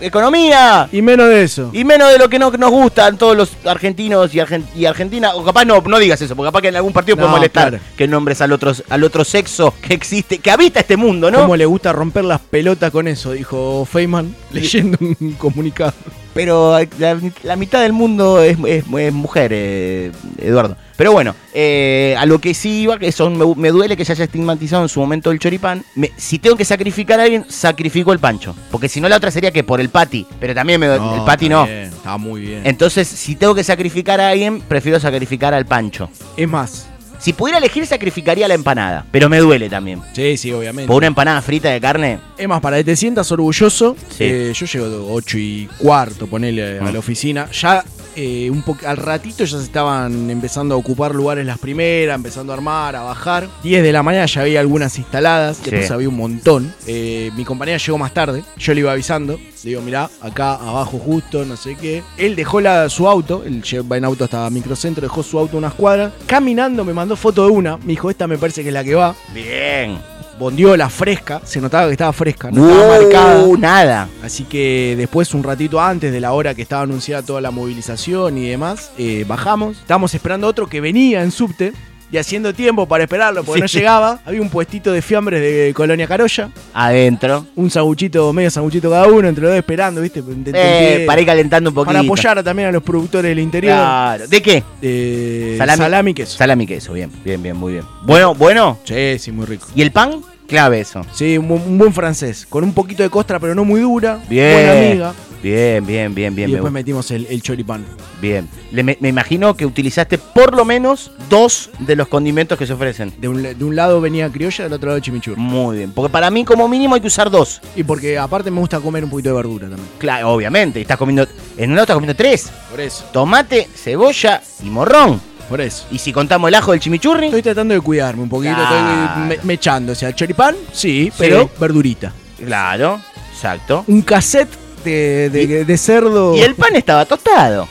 Speaker 7: eh, economía.
Speaker 10: Y menos de eso.
Speaker 7: Y menos de lo que no, nos gustan todos los argentinos y, Argen- y Argentina. O capaz no, no digas eso, porque capaz que en algún partido
Speaker 10: No,
Speaker 7: puede molestar
Speaker 10: claro.
Speaker 7: que nombres al otro, al otro sexo que existe, que habita este mundo, ¿no?
Speaker 10: ¿Cómo le gusta romper las pelotas con eso? Dijo Feynman leyendo un comunicado.
Speaker 7: Pero eh, la, la mitad del mundo es, es- es mujer, eh, Eduardo. Pero bueno, eh, a lo que sí iba, que son, me, me duele que se haya estigmatizado en su momento el choripán. Me- si tengo que sacrificar a alguien, sacrifico el pancho. Porque si no, la otra sería que por el pati. Pero también me, el pati no.
Speaker 10: Está muy bien.
Speaker 7: Entonces, si tengo que sacrificar a alguien, prefiero sacrificar al pancho.
Speaker 10: Es más.
Speaker 7: Si pudiera elegir, sacrificaría la empanada. Pero me duele también.
Speaker 10: Sí, sí, obviamente.
Speaker 7: Por una empanada frita de carne,
Speaker 10: Es más, para que te sientas orgulloso,
Speaker 7: Sí.
Speaker 10: eh, yo llego de 8 y cuarto, ponele a la oficina. Ya eh, un poco al ratito ya se estaban empezando a ocupar lugares las primeras, empezando a armar, a bajar. 10 de la mañana ya había algunas instaladas, después había un montón. Eh, mi compañera llegó más tarde, yo le iba avisando. Le digo, mirá, acá abajo justo, no sé qué. Él dejó la- su auto, él lle- va en auto hasta microcentro, dejó su auto a unas cuadras. Caminando me mandó foto de una, me dijo, esta me parece que es la que va.
Speaker 7: bien.
Speaker 10: Bondiola fresca, se notaba que estaba fresca, no
Speaker 7: Uh,
Speaker 10: estaba marcada.
Speaker 7: nada.
Speaker 10: Así que después, un ratito antes de la hora que estaba anunciada toda la movilización y demás, eh, bajamos. Estábamos esperando otro que venía en subte y haciendo tiempo para esperarlo
Speaker 7: Sí.
Speaker 10: porque no llegaba. Había un puestito de fiambres de Colonia Carolla.
Speaker 7: Adentro.
Speaker 10: Un sabuchito, medio sabuchito cada uno, entre los dos esperando, ¿viste? Te- te-
Speaker 7: Eh,
Speaker 10: te-
Speaker 7: para ir calentando un poquito.
Speaker 10: para apoyar también a los productores del interior.
Speaker 7: Claro. ¿De qué?
Speaker 10: Eh,
Speaker 7: salami.
Speaker 10: salami y queso.
Speaker 7: Salami y queso, bien, bien, bien, muy bien. Bueno, bueno.
Speaker 10: Sí, sí, muy rico.
Speaker 7: ¿Y el pan? Clave eso.
Speaker 10: Sí, un, bu- un buen francés. Con un poquito de costra, pero no muy dura.
Speaker 7: Bien.
Speaker 10: Buena amiga.
Speaker 7: Bien, bien, bien, bien.
Speaker 10: y
Speaker 7: Me,
Speaker 10: después
Speaker 7: gusta.
Speaker 10: metimos el, el choripán.
Speaker 7: bien. Le- me, me imagino que utilizaste por lo menos dos de los condimentos que se ofrecen.
Speaker 10: De un, de un lado venía criolla, del otro lado chimichurri.
Speaker 7: Muy bien. Porque para mí, como mínimo, hay que usar dos.
Speaker 10: Y porque aparte me gusta comer un poquito de verdura también.
Speaker 7: Claro, obviamente. Estás comiendo. En un lado estás comiendo tres.
Speaker 10: Por eso.
Speaker 7: Tomate, cebolla y morrón.
Speaker 10: Por eso.
Speaker 7: Y si contamos el ajo del chimichurri.
Speaker 10: Estoy tratando de cuidarme un poquito,
Speaker 7: Claro.
Speaker 10: estoy me- mechando. O sea, choripán, sí, pero verdurita.
Speaker 7: Claro, exacto.
Speaker 10: Un cassette de, de- de cerdo.
Speaker 7: Y el pan estaba tostado.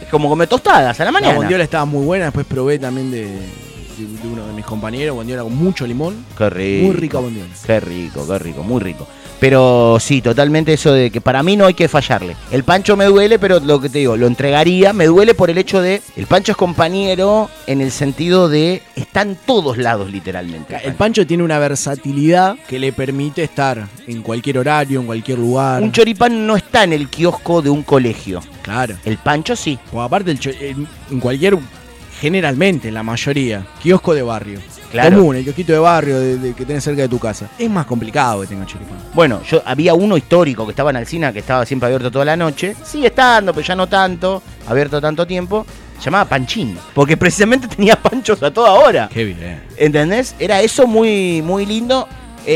Speaker 7: Es como comer tostadas a la
Speaker 10: La
Speaker 7: mañana.
Speaker 10: bondiola estaba muy buena, después probé también de, de- de uno de mis compañeros, bondiola con mucho limón.
Speaker 7: Qué rico.
Speaker 10: Muy rica bondiola.
Speaker 7: Qué rico, qué rico, muy rico. Pero sí, totalmente eso de que para mí no hay que fallarle. El pancho me duele, pero lo que te digo, lo entregaría. Me duele por el hecho de. El pancho es compañero en el sentido de. Está en todos lados, literalmente.
Speaker 10: El pancho tiene una versatilidad que le permite estar en cualquier horario, en cualquier lugar.
Speaker 7: Un choripán no está en el kiosco de un colegio.
Speaker 10: Claro.
Speaker 7: El pancho sí.
Speaker 10: Pues aparte, el cho- en, en cualquier, generalmente, en la mayoría, kiosco de barrio.
Speaker 7: Claro.
Speaker 10: Común, el kiosquito de barrio de, de- que tenés cerca de tu casa. Es más complicado que tenga choripán.
Speaker 7: Bueno, yo había uno histórico que estaba en Alcina, que estaba siempre abierto toda la noche. Sigue estando, pero ya no tanto, abierto tanto tiempo. Se Llamaba Panchín, porque precisamente tenía panchos a toda hora.
Speaker 10: Qué bien.
Speaker 7: ¿Entendés? Era eso muy, muy lindo.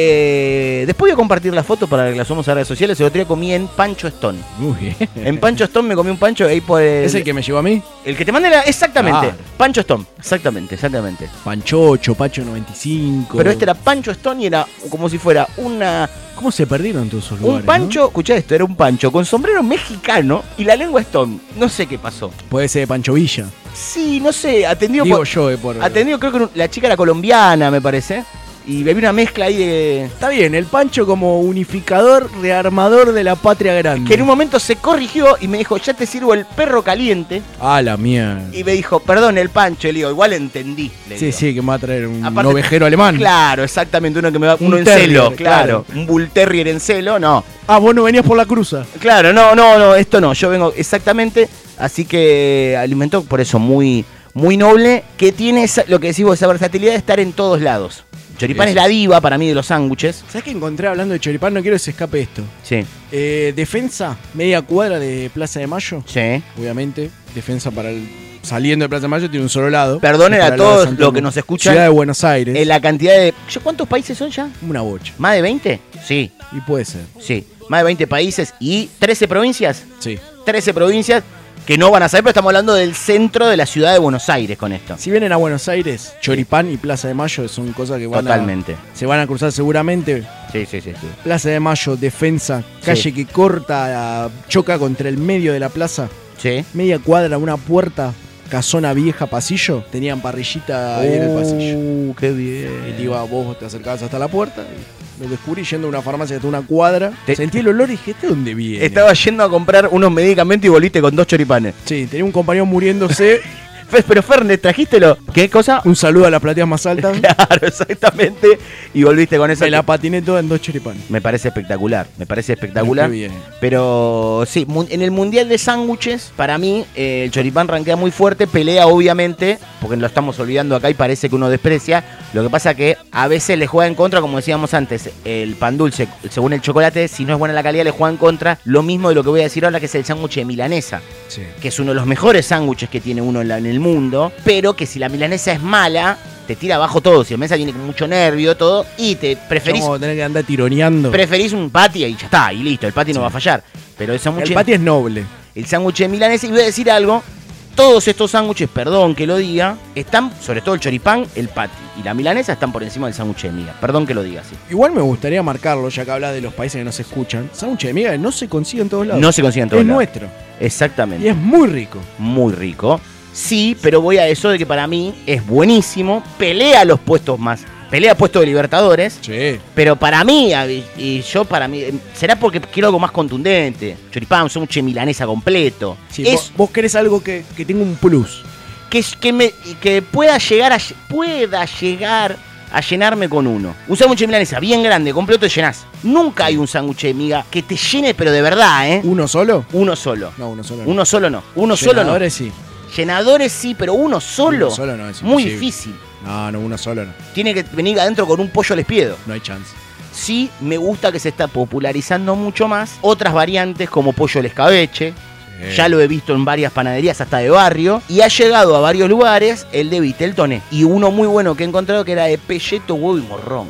Speaker 7: Eh, después voy a compartir la foto para que la subamos a redes sociales. El otro día comí en Pancho Stone.
Speaker 10: Muy bien.
Speaker 7: En Pancho Stone me comí un pancho ahí por el...
Speaker 10: ¿Es el que me llevó a mí?
Speaker 7: el que te mandé la... Exactamente.
Speaker 10: Claro.
Speaker 7: Pancho Stone. Exactamente, exactamente.
Speaker 10: Panchocho, Pacho 95.
Speaker 7: Pero este era Pancho Stone y era como si fuera una...
Speaker 10: ¿Cómo se perdieron todos esos
Speaker 7: Un
Speaker 10: lugares?
Speaker 7: pancho, escuchá esto, era un pancho con sombrero mexicano y la lengua Stone. No sé qué pasó.
Speaker 10: no? Puede ser de Pancho Villa.
Speaker 7: Sí, no sé, atendido
Speaker 10: Digo
Speaker 7: por-
Speaker 10: yo, eh, por.
Speaker 7: Atendido creo que era un- la chica era colombiana, me parece. Y había una mezcla ahí de...
Speaker 10: Está bien, el pancho como unificador, rearmador de la patria grande.
Speaker 7: Que en un momento se corrigió y me dijo, ya te sirvo el perro caliente.
Speaker 10: Ah, la mierda.
Speaker 7: Y me dijo, perdón, el pancho. Y le digo, igual entendí. le
Speaker 10: Sí,
Speaker 7: digo.
Speaker 10: sí, que me va a traer un
Speaker 7: Aparte-
Speaker 10: ovejero alemán.
Speaker 7: Claro, exactamente, uno que me va...
Speaker 10: Un
Speaker 7: uno en
Speaker 10: terrier,
Speaker 7: celo, claro.
Speaker 10: claro.
Speaker 7: Un bull terrier en celo, no.
Speaker 10: Ah, vos no venías por la cruza.
Speaker 7: Claro, no, no, no, esto no, yo vengo exactamente, así que alimento por eso muy muy noble, que tiene esa- lo que decimos, esa versatilidad de estar en todos lados. Choripán es
Speaker 10: Eso.
Speaker 7: la diva para mí de los sándwiches.
Speaker 10: ¿Sabes qué encontré hablando de choripán? No quiero que se escape esto.
Speaker 7: Sí,
Speaker 10: Eh, defensa, media cuadra de Plaza de Mayo.
Speaker 7: sí.
Speaker 10: Obviamente, defensa para el. Saliendo de Plaza de Mayo tiene un solo lado.
Speaker 7: Perdonen
Speaker 10: Es
Speaker 7: a
Speaker 10: para el lado de
Speaker 7: todos
Speaker 10: San
Speaker 7: los
Speaker 10: Telmo.
Speaker 7: que nos escuchan.
Speaker 10: Ciudad de Buenos Aires.
Speaker 7: Eh, la cantidad de... ¿Yo cuántos países son ya?
Speaker 10: Una bocha.
Speaker 7: ¿Más de 20? Sí,
Speaker 10: Y puede ser.
Speaker 7: sí. Más de 20 países y 13 provincias.
Speaker 10: Sí.
Speaker 7: 13 provincias que no van a saber, pero estamos hablando del centro de la ciudad de Buenos Aires con esto.
Speaker 10: Si vienen a Buenos Aires, Choripán y Plaza de Mayo son cosas que van a-
Speaker 7: Totalmente.
Speaker 10: se van a cruzar seguramente.
Speaker 7: Sí, sí, sí, sí.
Speaker 10: Plaza de Mayo, defensa, calle
Speaker 7: Sí.
Speaker 10: que corta, choca contra el medio de la plaza.
Speaker 7: Sí.
Speaker 10: media cuadra, una puerta, casona vieja pasillo, tenían parrillita ahí en el pasillo.
Speaker 7: Uh,
Speaker 10: qué bien. Y te iba, vos te acercabas hasta la puerta y lo descubrí yendo a una farmacia hasta una cuadra. Sentí el olor y dije, ¿este dónde viene?
Speaker 7: Estaba yendo a comprar unos medicamentos y volviste con dos choripanes.
Speaker 10: Sí, tenía un compañero muriéndose.
Speaker 7: Pero Fernet, trajítelo. ¿Qué cosa?
Speaker 10: Un saludo a las plateas más altas.
Speaker 7: Claro, exactamente. Y volviste con esa.
Speaker 10: Me la patiné toda en dos choripanes.
Speaker 7: Me parece espectacular, me parece espectacular.
Speaker 10: Pero qué bien.
Speaker 7: Pero sí, mun- en el Mundial de Sándwiches, para mí, eh, el choripán ranquea muy fuerte, pelea obviamente, porque lo estamos olvidando acá y parece que uno desprecia. Lo que pasa que a veces le juega en contra, como decíamos antes, el pan dulce, según el chocolate, si no es buena la calidad, le juega en contra. Lo mismo de lo que voy a decir ahora, que es el sándwich de milanesa, que es uno de los mejores sándwiches que tiene uno en, la- en el mundo, pero que si la milanesa es mala, te tira abajo todo. Si la mesa viene con mucho nervio, todo, y te preferís
Speaker 10: Vamos a tener que andar tironeando.
Speaker 7: preferís un patty y ya está, y listo, el patty no va a fallar. Pero el sándwich.
Speaker 10: El patty es noble.
Speaker 7: El sándwich de milanesa, y voy a decir algo: todos estos sándwiches, perdón que lo diga, están, sobre todo el choripán, el patty y la milanesa están por encima del sándwich de miga. Perdón que lo diga así.
Speaker 10: Igual me gustaría marcarlo, ya que hablas de los países que no se escuchan. Sándwich de miga no se consigue en todos lados.
Speaker 7: No se consiguen todos
Speaker 10: Es
Speaker 7: lados.
Speaker 10: nuestro.
Speaker 7: Exactamente.
Speaker 10: Y es muy rico.
Speaker 7: muy rico. Sí, pero voy a eso de que para mí es buenísimo. Pelea los puestos más. Pelea puestos de Libertadores. Pero para mí, a- y yo para mí, em, será porque quiero algo más contundente. Choripán, son milanesa completo.
Speaker 10: Sí,
Speaker 7: es
Speaker 10: vos, vos querés algo que, que tenga un plus.
Speaker 7: que, que, me, que pueda llegar a, pueda llegar a llenarme con uno. Un sándwich de milanesa bien grande, completo te llenás. Nunca hay un sándwich de miga que te llene, pero de verdad, ¿eh?
Speaker 10: ¿Uno solo?
Speaker 7: Uno solo.
Speaker 10: No, uno solo. no.
Speaker 7: Uno solo no. Uno solo no.
Speaker 10: Llenadores sí.
Speaker 7: Llenadores sí, pero uno solo.
Speaker 10: Uno solo no, es
Speaker 7: Muy
Speaker 10: imposible.
Speaker 7: difícil.
Speaker 10: No, no, uno solo no.
Speaker 7: Tiene que venir adentro con un pollo al espiedo.
Speaker 10: No hay chance.
Speaker 7: Sí, me gusta que se está popularizando mucho más otras variantes como pollo al escabeche. Ya lo he visto en varias panaderías hasta de barrio. Y ha llegado a varios lugares el de Vitel Toné. Y uno muy bueno que he encontrado que era de pelleto, huevo y morrón.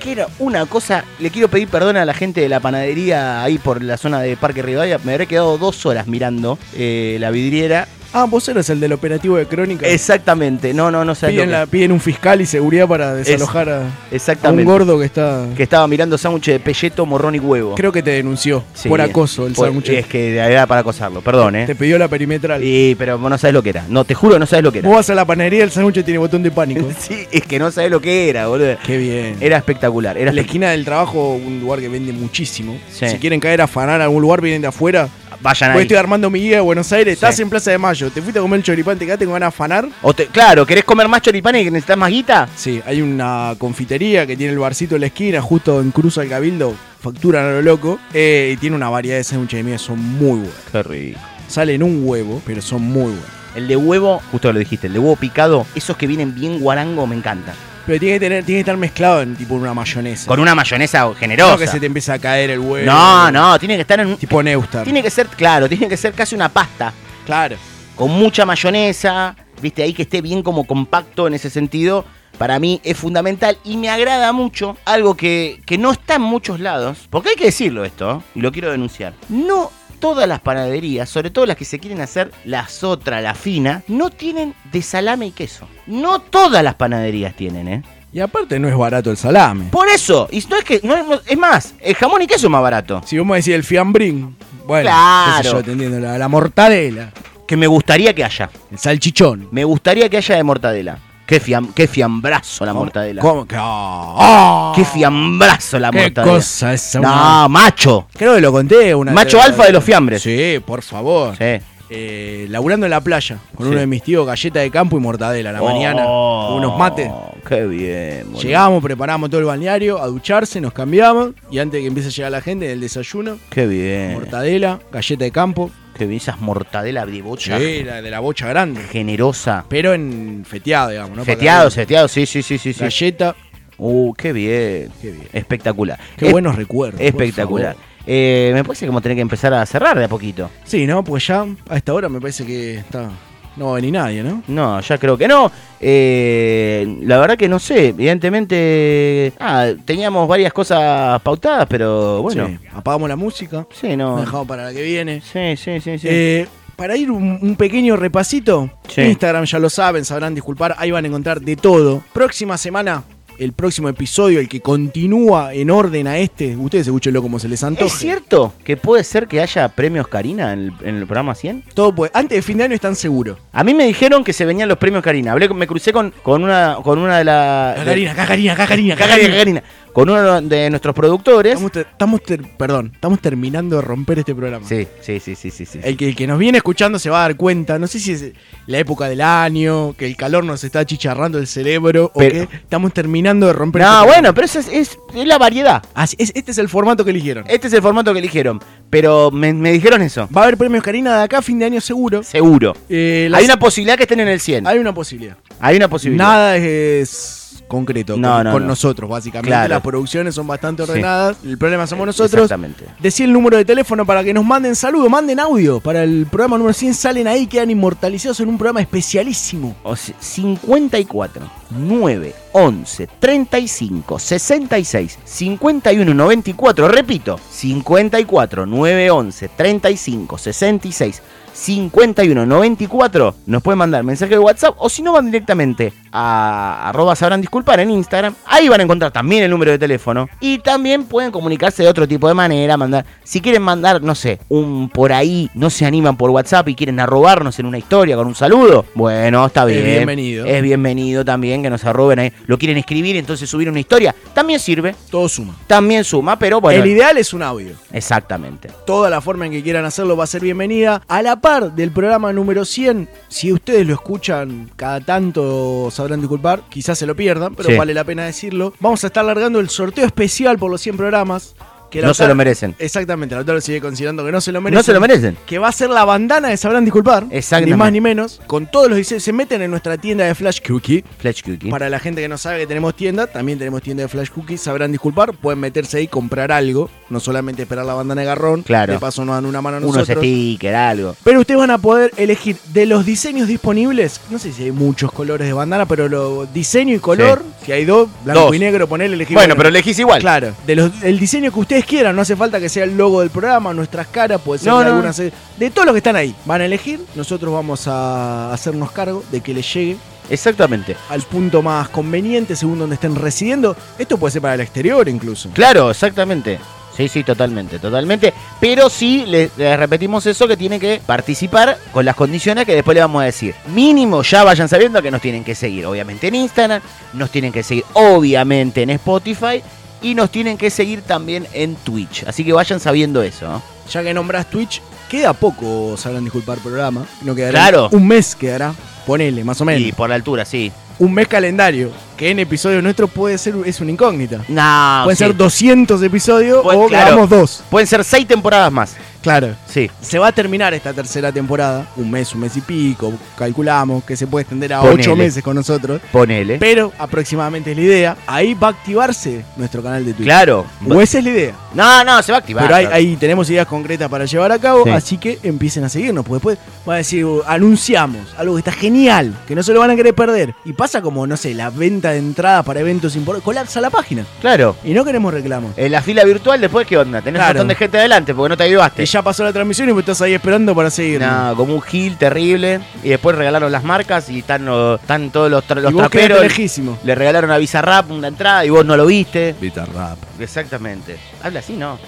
Speaker 7: Que era una cosa. Le quiero pedir perdón a la gente de la panadería ahí por la zona de Parque Rivadavia. Me habré quedado dos horas mirando eh, la vidriera.
Speaker 10: Ah, vos eres el del operativo de Crónica.
Speaker 7: Exactamente. No, no, no sé.
Speaker 10: piden, la- piden un fiscal y seguridad para desalojar a, a
Speaker 7: Exactamente.
Speaker 10: un gordo que está.
Speaker 7: que estaba mirando sándwich de pelleto, morrón y huevo.
Speaker 10: Creo que te denunció
Speaker 7: Sí,
Speaker 10: por acoso el
Speaker 7: por-
Speaker 10: sándwich.
Speaker 7: Es que era para acosarlo, perdón, ¿eh?
Speaker 10: Te pidió la perimetral.
Speaker 7: Sí, pero vos no sabes lo que era. No, te juro, no sabes lo que era.
Speaker 10: Vos vas a la panadería, el sándwich tiene botón de pánico.
Speaker 7: Sí, es que no sabes lo que era, boludo.
Speaker 10: Qué bien.
Speaker 7: Era espectacular. Era
Speaker 10: la
Speaker 7: espect-
Speaker 10: esquina del trabajo, un lugar que vende muchísimo.
Speaker 7: Sí.
Speaker 10: Si quieren caer a afanar a algún lugar, vienen de afuera.
Speaker 7: Vayan
Speaker 10: Hoy
Speaker 7: ahí.
Speaker 10: estoy armando mi guía de Buenos Aires,
Speaker 7: Sí.
Speaker 10: estás en Plaza de Mayo, te fuiste a comer el choripán, te quedaste con ganas de afanar.
Speaker 7: O te- Claro, ¿querés comer más choripanes y necesitas más guita?
Speaker 10: Sí, hay una confitería que tiene el barcito en la esquina, justo en Cruz al Cabildo, facturan a lo loco. eh, y tiene una variedad de sándwiches de miga, son muy buenos.
Speaker 7: Qué rico.
Speaker 10: Salen un huevo, pero son muy buenos.
Speaker 7: El de huevo, justo lo dijiste, el de huevo picado, esos que vienen bien guarango me encantan.
Speaker 10: Pero tiene que, tener, tiene que estar mezclado en tipo una mayonesa.
Speaker 7: Con una mayonesa
Speaker 10: No
Speaker 7: generosa.
Speaker 10: que se te empiece a caer el huevo.
Speaker 7: No, no, tiene que estar en un...
Speaker 10: Tipo Neustar.
Speaker 7: Tiene que ser, claro, tiene que ser casi una pasta.
Speaker 10: Claro.
Speaker 7: con mucha mayonesa, viste, ahí que esté bien como compacto en ese sentido, para mí es fundamental y me agrada mucho algo que, que no está en muchos lados, porque hay que decirlo esto, y lo quiero denunciar, no todas las panaderías, sobre todo las que se quieren hacer las otras, la fina, no tienen de salame y queso. No todas las panaderías tienen, ¿eh?
Speaker 10: Y aparte no es barato el salame.
Speaker 7: Por eso, y no es que, no- no- es más, el jamón y queso es más barato.
Speaker 10: Si vos me decís el fiambrín, bueno, qué sé
Speaker 7: Claro.
Speaker 10: yo, te entiendo, la, la mortadela,
Speaker 7: Que me gustaría que haya.
Speaker 10: el salchichón.
Speaker 7: Me gustaría que haya de mortadela. Qué, fiam- qué fiambrazo la mortadela.
Speaker 10: ¿Cómo que? ah, ah.
Speaker 7: Qué fiambrazo la
Speaker 10: Qué
Speaker 7: mortadela.
Speaker 10: cosa esa,
Speaker 7: No,
Speaker 10: una-
Speaker 7: macho.
Speaker 10: Creo que lo conté una
Speaker 7: Macho alfa de los fiambres.
Speaker 10: Sí, por favor.
Speaker 7: Sí.
Speaker 10: Eh, laburando en la playa con
Speaker 7: Sí.
Speaker 10: uno de mis tíos, galleta de campo y mortadela a la mañana,
Speaker 7: Oh,
Speaker 10: con unos mates.
Speaker 7: Qué bien, boludo.
Speaker 10: Llegamos, preparamos todo el balneario, a ducharse, nos cambiamos y antes de que empiece a llegar la gente, el desayuno,
Speaker 7: Qué bien.
Speaker 10: mortadela, galleta de campo,
Speaker 7: Qué bien esas mortadelas de bocha.
Speaker 10: sí, la de la bocha grande,
Speaker 7: Generosa.
Speaker 10: pero en feteado, digamos, ¿no?
Speaker 7: Feteado,
Speaker 10: Para
Speaker 7: feteado, sí, sí, sí, sí.
Speaker 10: que-
Speaker 7: sí.
Speaker 10: Galleta,
Speaker 7: Uh, qué bien.
Speaker 10: Qué bien.
Speaker 7: Espectacular.
Speaker 10: qué
Speaker 7: Es-
Speaker 10: buenos recuerdos. por
Speaker 7: Espectacular.
Speaker 10: favor.
Speaker 7: Eh, me parece como tener que empezar a cerrar de a poquito.
Speaker 10: Sí, ¿no? Pues ya a esta hora me parece que está. No va a venir nadie, ¿no?
Speaker 7: No, ya creo que no. Eh, la verdad que no sé. Evidentemente, ah, teníamos varias cosas pautadas, pero bueno.
Speaker 10: Sí, apagamos la música.
Speaker 7: Sí, no.
Speaker 10: la dejamos para la que viene.
Speaker 7: Sí, sí, sí, sí.
Speaker 10: Eh, para ir un, un pequeño repasito,
Speaker 7: Sí.
Speaker 10: Instagram ya lo saben, sabrán disculpar, ahí van a encontrar de todo. Próxima semana el próximo episodio, el que continúa en orden a este, ustedes escúchenlo como se les antoje.
Speaker 7: ¿Es cierto que puede ser que haya premios Karina en el, en el programa 100?
Speaker 10: Todo puede. Antes de fin de año están seguros.
Speaker 7: A mí me dijeron que se venían los premios Karina. Hablé, con- me crucé con, con, una, con una de las...
Speaker 10: Acá Karina, acá Karina, acá Karina, acá
Speaker 7: Acá Karina, acá
Speaker 10: Karina.
Speaker 7: Karina. Con uno de nuestros productores.
Speaker 10: Estamos, ter- estamos ter- perdón, estamos terminando de romper este programa.
Speaker 7: Sí, sí, sí, sí, sí. sí.
Speaker 10: El que, el que nos viene escuchando se va a dar cuenta. No sé si es la época del año, que el calor nos está chicharrando el cerebro
Speaker 7: Pero-
Speaker 10: o que estamos terminando de romper.
Speaker 7: No,
Speaker 10: este
Speaker 7: bueno, pero eso es, es- es la variedad.
Speaker 10: Así es, este es el formato que eligieron.
Speaker 7: Este es el formato que eligieron. Pero me, me dijeron eso.
Speaker 10: Va a haber premios Karina de acá a fin de año seguro.
Speaker 7: Seguro.
Speaker 10: Eh, las-
Speaker 7: Hay una posibilidad que estén en el 100.
Speaker 10: hay una posibilidad.
Speaker 7: Hay una posibilidad.
Speaker 10: Nada es concreto
Speaker 7: No,
Speaker 10: con,
Speaker 7: no,
Speaker 10: con
Speaker 7: no.
Speaker 10: nosotros, básicamente.
Speaker 7: Claro. Eh,
Speaker 10: Las producciones son bastante ordenadas. El problema somos nosotros.
Speaker 7: Exactamente.
Speaker 10: Decí el número de teléfono para que nos manden saludos, manden audio. Para el programa número 100 salen ahí, quedan inmortalizados en un programa especialísimo.
Speaker 7: O sea, 54, 9, 11, 35, 66, 51, 94. Repito, 54, 9, 11, 35, 66, 51, 94. Nos pueden mandar mensaje de WhatsApp o si no van directamente a arroba sabrán disculpar en Instagram. Ahí van a encontrar también el número de teléfono. Y también pueden comunicarse de otro tipo de manera, mandar. Si quieren mandar, no sé, un por ahí, no se animan por WhatsApp y quieren arrobarnos en una historia con un saludo. Bueno, está
Speaker 10: Es
Speaker 7: bien.
Speaker 10: bienvenido.
Speaker 7: Es bienvenido también que nos arroben ahí. Lo quieren escribir, entonces subir una historia. También sirve.
Speaker 10: Todo suma.
Speaker 7: También suma, pero bueno.
Speaker 10: El ideal es un audio.
Speaker 7: Exactamente.
Speaker 10: Toda la forma en que quieran hacerlo va a ser bienvenida. A la par del programa número 100, si ustedes lo escuchan cada tanto, sabrán disculpar, quizás se lo pierdan, pero
Speaker 7: Sí.
Speaker 10: vale la pena decirlo. Vamos a estar largando el sorteo especial por los 100 programas. Que
Speaker 7: No se
Speaker 10: Lautaro-
Speaker 7: lo merecen.
Speaker 10: Exactamente, Lautaro sigue considerando que no se lo merecen.
Speaker 7: No se lo merecen.
Speaker 10: Que va a ser la bandana de Sabrán Disculpar.
Speaker 7: Exactamente.
Speaker 10: Ni más ni menos. Con todos los diseños. Se meten en nuestra tienda de Flash Cookie.
Speaker 7: Fletch Cookie.
Speaker 10: Para la gente que no sabe que tenemos tienda, también tenemos tienda de Flash Cookie. Sabrán disculpar. Pueden meterse ahí, comprar algo. No solamente esperar la bandana de garrón.
Speaker 7: Claro.
Speaker 10: De paso nos dan una mano a
Speaker 7: Unos
Speaker 10: nosotros.
Speaker 7: stickers, algo.
Speaker 10: Pero ustedes van a poder elegir de los diseños disponibles. No sé si hay muchos colores de bandana, pero lo, diseño y color, si hay dos, blanco
Speaker 7: Dos.
Speaker 10: y negro, poner elegir.
Speaker 7: Bueno, pero elegís igual.
Speaker 10: Claro, de los, el diseño que ustedes quieran, no hace falta que sea el logo del programa, nuestras caras, puede ser
Speaker 7: No,
Speaker 10: de
Speaker 7: no,
Speaker 10: alguna se- De todos los que están ahí, van a elegir. Nosotros vamos a hacernos cargo de que les llegue
Speaker 7: Exactamente.
Speaker 10: al punto más conveniente según donde estén residiendo. Esto puede ser para el exterior incluso.
Speaker 7: Claro, exactamente. Sí, sí, totalmente, totalmente. Pero sí, le, le repetimos eso que tiene que participar con las condiciones que después le vamos a decir. Mínimo, ya vayan sabiendo que nos tienen que seguir, obviamente, en Instagram, nos tienen que seguir, obviamente, en Spotify y nos tienen que seguir también en Twitch. Así que vayan sabiendo eso. ¿no?
Speaker 10: Ya que nombras Twitch, queda poco, sabrán disculpar programa. No quedará.
Speaker 7: Claro.
Speaker 10: Un mes quedará. Ponele, más o menos.
Speaker 7: Y por la altura, sí.
Speaker 10: Un mes calendario. Que en episodio nuestro puede ser, es una incógnita.
Speaker 7: No,
Speaker 10: Pueden
Speaker 7: Ah, sí.
Speaker 10: ser 200 episodios
Speaker 7: Pues,
Speaker 10: o
Speaker 7: claro.
Speaker 10: grabamos dos.
Speaker 7: Pueden ser seis temporadas más.
Speaker 10: Claro.
Speaker 7: Sí.
Speaker 10: Se va a terminar esta tercera temporada. Un mes, un mes y pico. Calculamos que se puede extender a
Speaker 7: Ponele.
Speaker 10: ocho meses con nosotros.
Speaker 7: Ponele.
Speaker 10: Pero aproximadamente es la idea. Ahí va a activarse nuestro canal de Twitch.
Speaker 7: Claro.
Speaker 10: O esa es la idea.
Speaker 7: No, no, se va a activar.
Speaker 10: Pero ahí, ahí tenemos ideas concretas para llevar a cabo,
Speaker 7: Sí.
Speaker 10: así que empiecen a seguirnos, porque después van a decir, "Uh, anunciamos algo que está genial, que no se lo van a querer perder. Y pasa como, no sé, la venta de entradas para eventos importantes, colapsa la página.
Speaker 7: Claro.
Speaker 10: Y no queremos reclamos.
Speaker 7: En Eh, la fila virtual, después, ¿qué onda? Tenés
Speaker 10: Claro.
Speaker 7: un montón de gente adelante porque no te ayudaste.
Speaker 10: Que ya pasó la transmisión y vos estás ahí esperando para seguir.
Speaker 7: No, como un gil terrible. Y después regalaron las marcas y están, los- están todos los, tra- los
Speaker 10: y vos quedate
Speaker 7: traperos.
Speaker 10: lejísimo.
Speaker 7: Le regalaron a Bizarrap una entrada y vos no lo viste.
Speaker 10: Bizarrap.
Speaker 7: Exactamente. ¿Habla así? No.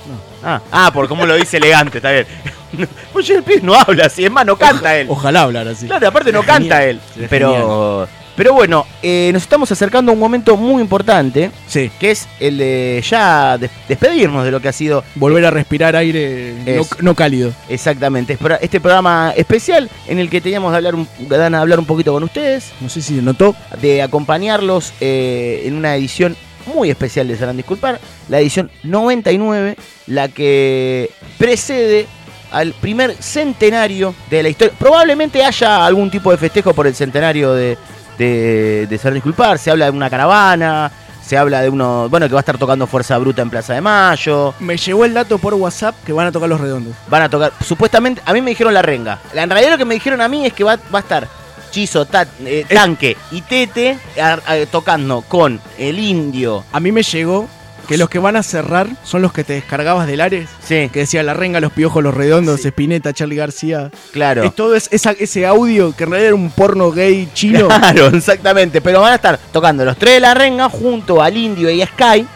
Speaker 7: Ah, ah, por cómo lo dice elegante, está bien. Oye, el pibe no habla así, es más, no canta él.
Speaker 10: Ojalá hablar así.
Speaker 7: Claro, aparte no canta él.
Speaker 10: Sería
Speaker 7: Pero, pero bueno, eh, nos estamos acercando a un momento muy importante,
Speaker 10: Sí.
Speaker 7: que es el de ya des- despedirnos de lo que ha sido
Speaker 10: Volver a respirar aire no,
Speaker 7: Es.
Speaker 10: no cálido.
Speaker 7: Exactamente, es pro- este programa especial en el que teníamos de hablar un, ganas de hablar un poquito con ustedes,
Speaker 10: No sé si se notó.
Speaker 7: de acompañarlos eh, en una edición muy especial de Sabrán Disculpar, la edición 99, la que precede al primer centenario de la historia. Probablemente haya algún tipo de festejo por el centenario de, de, de Sabrán Disculpar, se habla de una caravana, se habla de uno, bueno, que va a estar tocando Fuerza Bruta en Plaza de Mayo.
Speaker 10: Me llegó el dato por WhatsApp que van a tocar los redondos.
Speaker 7: Van a tocar. Supuestamente, a mí me dijeron la renga. La- En realidad lo que me dijeron a mí es que va, va a estar Chizo, Ta- eh, Tanque y Tete a- a- tocando con el indio.
Speaker 10: A mí me llegó Que los que van a cerrar son los que te descargabas del Ares. Sí. Que decía La Renga, Los Piojos, Los Redondos, Espineta, Charlie García.
Speaker 7: Claro.
Speaker 10: Es todo es- esa- ese audio que en realidad era un porno gay chino.
Speaker 7: Claro, exactamente. Pero van a estar tocando los tres de la renga junto al indio y a Sky.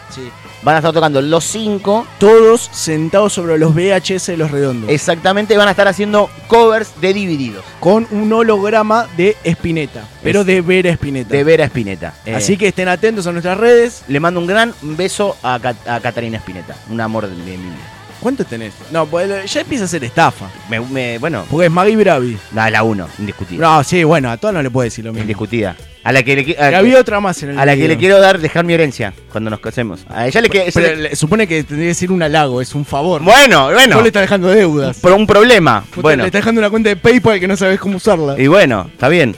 Speaker 7: Van a estar tocando los cinco.
Speaker 10: Todos sentados sobre los VHS de los redondos.
Speaker 7: Exactamente, van a estar haciendo covers de divididos.
Speaker 10: Con un holograma de Espineta. Pero de Vera Espineta.
Speaker 7: De eh. Vera Espineta.
Speaker 10: Así que estén atentos a nuestras redes.
Speaker 7: Le mando un gran beso a, Cat- a Catarina Espineta. Un amor de, de mi vida.
Speaker 10: ¿Cuánto tenés? No, pues, ya empieza a ser estafa.
Speaker 7: Me- me- bueno.
Speaker 10: Porque es Maggie Bravi.
Speaker 7: A la uno, indiscutida.
Speaker 10: No, sí, bueno, a todas no le puedo decir lo mismo.
Speaker 7: Indiscutida. A la que le, qui- a
Speaker 10: Que
Speaker 7: la
Speaker 10: había
Speaker 7: que-
Speaker 10: otra más en el
Speaker 7: a la que
Speaker 10: medio.
Speaker 7: le quiero dar, dejar mi herencia cuando nos casemos. A ella le, que- ella
Speaker 10: Pero
Speaker 7: le-
Speaker 10: le- supone que tendría que ser un halago, es un favor.
Speaker 7: Bueno, bueno.
Speaker 10: Vos le estás dejando deudas.
Speaker 7: Pero un problema.
Speaker 10: Puta,
Speaker 7: bueno.
Speaker 10: Le estás dejando una cuenta de PayPal que no sabes cómo usarla.
Speaker 7: Y bueno, está bien.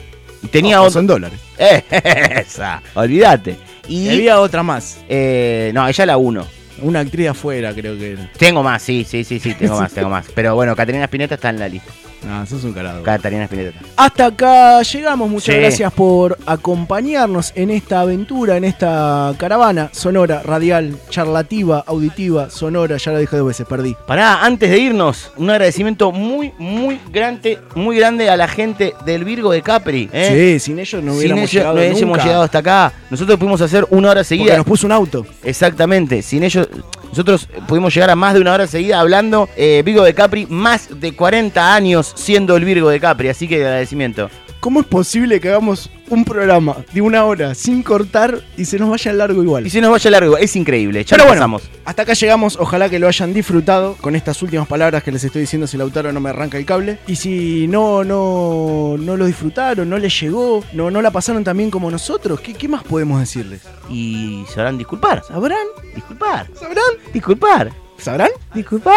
Speaker 7: Tenía
Speaker 10: Ojo,
Speaker 7: otro-
Speaker 10: son dólares.
Speaker 7: Eh, esa, olvídate. Y,
Speaker 10: Y había otra más.
Speaker 7: eh, no, ella la uno.
Speaker 10: Una actriz de afuera, creo que era.
Speaker 7: Tengo más, sí, sí, sí, sí, tengo más, tengo más. Pero bueno, Catarina Spinetta está en la lista.
Speaker 10: No, sos un calado.
Speaker 7: Catarina Spinetta.
Speaker 10: Hasta acá llegamos, muchas
Speaker 7: Sí.
Speaker 10: gracias por acompañarnos en esta aventura, en esta caravana sonora, radial, charlativa, auditiva, sonora, ya la dije dos veces, perdí.
Speaker 7: Pará, antes de irnos, un agradecimiento muy, muy grande, muy grande a la gente del Virgo de Capri. ¿eh?
Speaker 10: Sí, sin ellos no
Speaker 7: Sin
Speaker 10: hubiéramos
Speaker 7: ellos
Speaker 10: llegado
Speaker 7: no hubiésemos
Speaker 10: nunca.
Speaker 7: llegado hasta acá. Nosotros pudimos hacer una hora
Speaker 10: Porque
Speaker 7: seguida.
Speaker 10: nos puso un auto.
Speaker 7: Exactamente, sin ellos nosotros pudimos llegar a más de una hora seguida hablando eh, Virgo de Capri, más de 40 años siendo el Virgo de Capri, así que agradecimiento.
Speaker 10: ¿Cómo es posible que hagamos un programa de una hora sin cortar y se nos vaya largo igual?
Speaker 7: Y se nos vaya largo, es increíble, ya
Speaker 10: Pero
Speaker 7: lo
Speaker 10: bueno.
Speaker 7: pasamos.
Speaker 10: Hasta acá llegamos, ojalá que lo hayan disfrutado con estas últimas palabras que les estoy diciendo si Lautaro no me arranca el cable. Y si no, no, no lo disfrutaron, no les llegó, no, no la pasaron tan bien como nosotros, ¿qué, qué más podemos decirles?
Speaker 7: Y sabrán disculpar,
Speaker 10: ¿Sabrán?
Speaker 7: disculpar,
Speaker 10: ¿Sabrán?
Speaker 7: disculpar,
Speaker 10: ¿Sabrán?
Speaker 7: disculpar,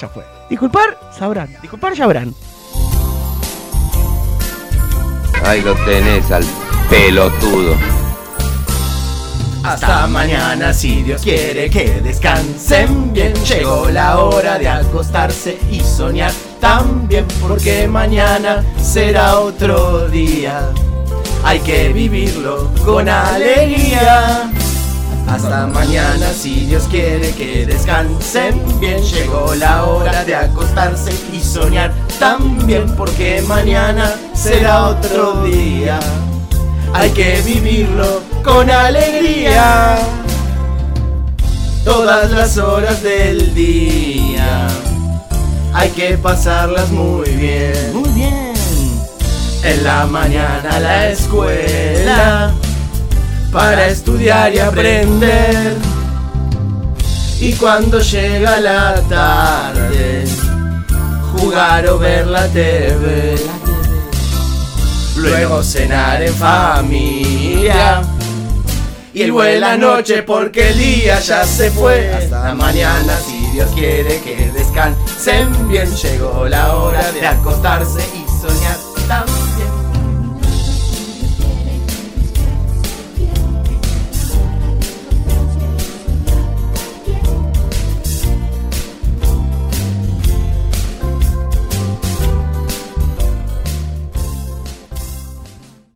Speaker 10: Ya fue.
Speaker 7: disculpar, sabrán, disculpar, sabrán.
Speaker 13: Ahí lo tenés al pelotudo.
Speaker 11: Hasta mañana si Dios quiere que descansen bien. Llegó la hora de acostarse y soñar también porque mañana será otro día. Hay que vivirlo con alegría. Hasta mañana si Dios quiere que descansen bien. Llegó la hora de acostarse y soñar también porque mañana será otro día. Hay que vivirlo con alegría. Todas las horas del día. Hay que pasarlas muy bien. Muy bien. En la mañana a la escuela. Para estudiar y aprender. Y cuando llega la tarde. Jugar o ver la TV. Luego cenar en familia. Y vuela la noche porque el día ya se fue. Hasta mañana si Dios quiere que descansen bien. Llegó la hora de acostarse y soñar también.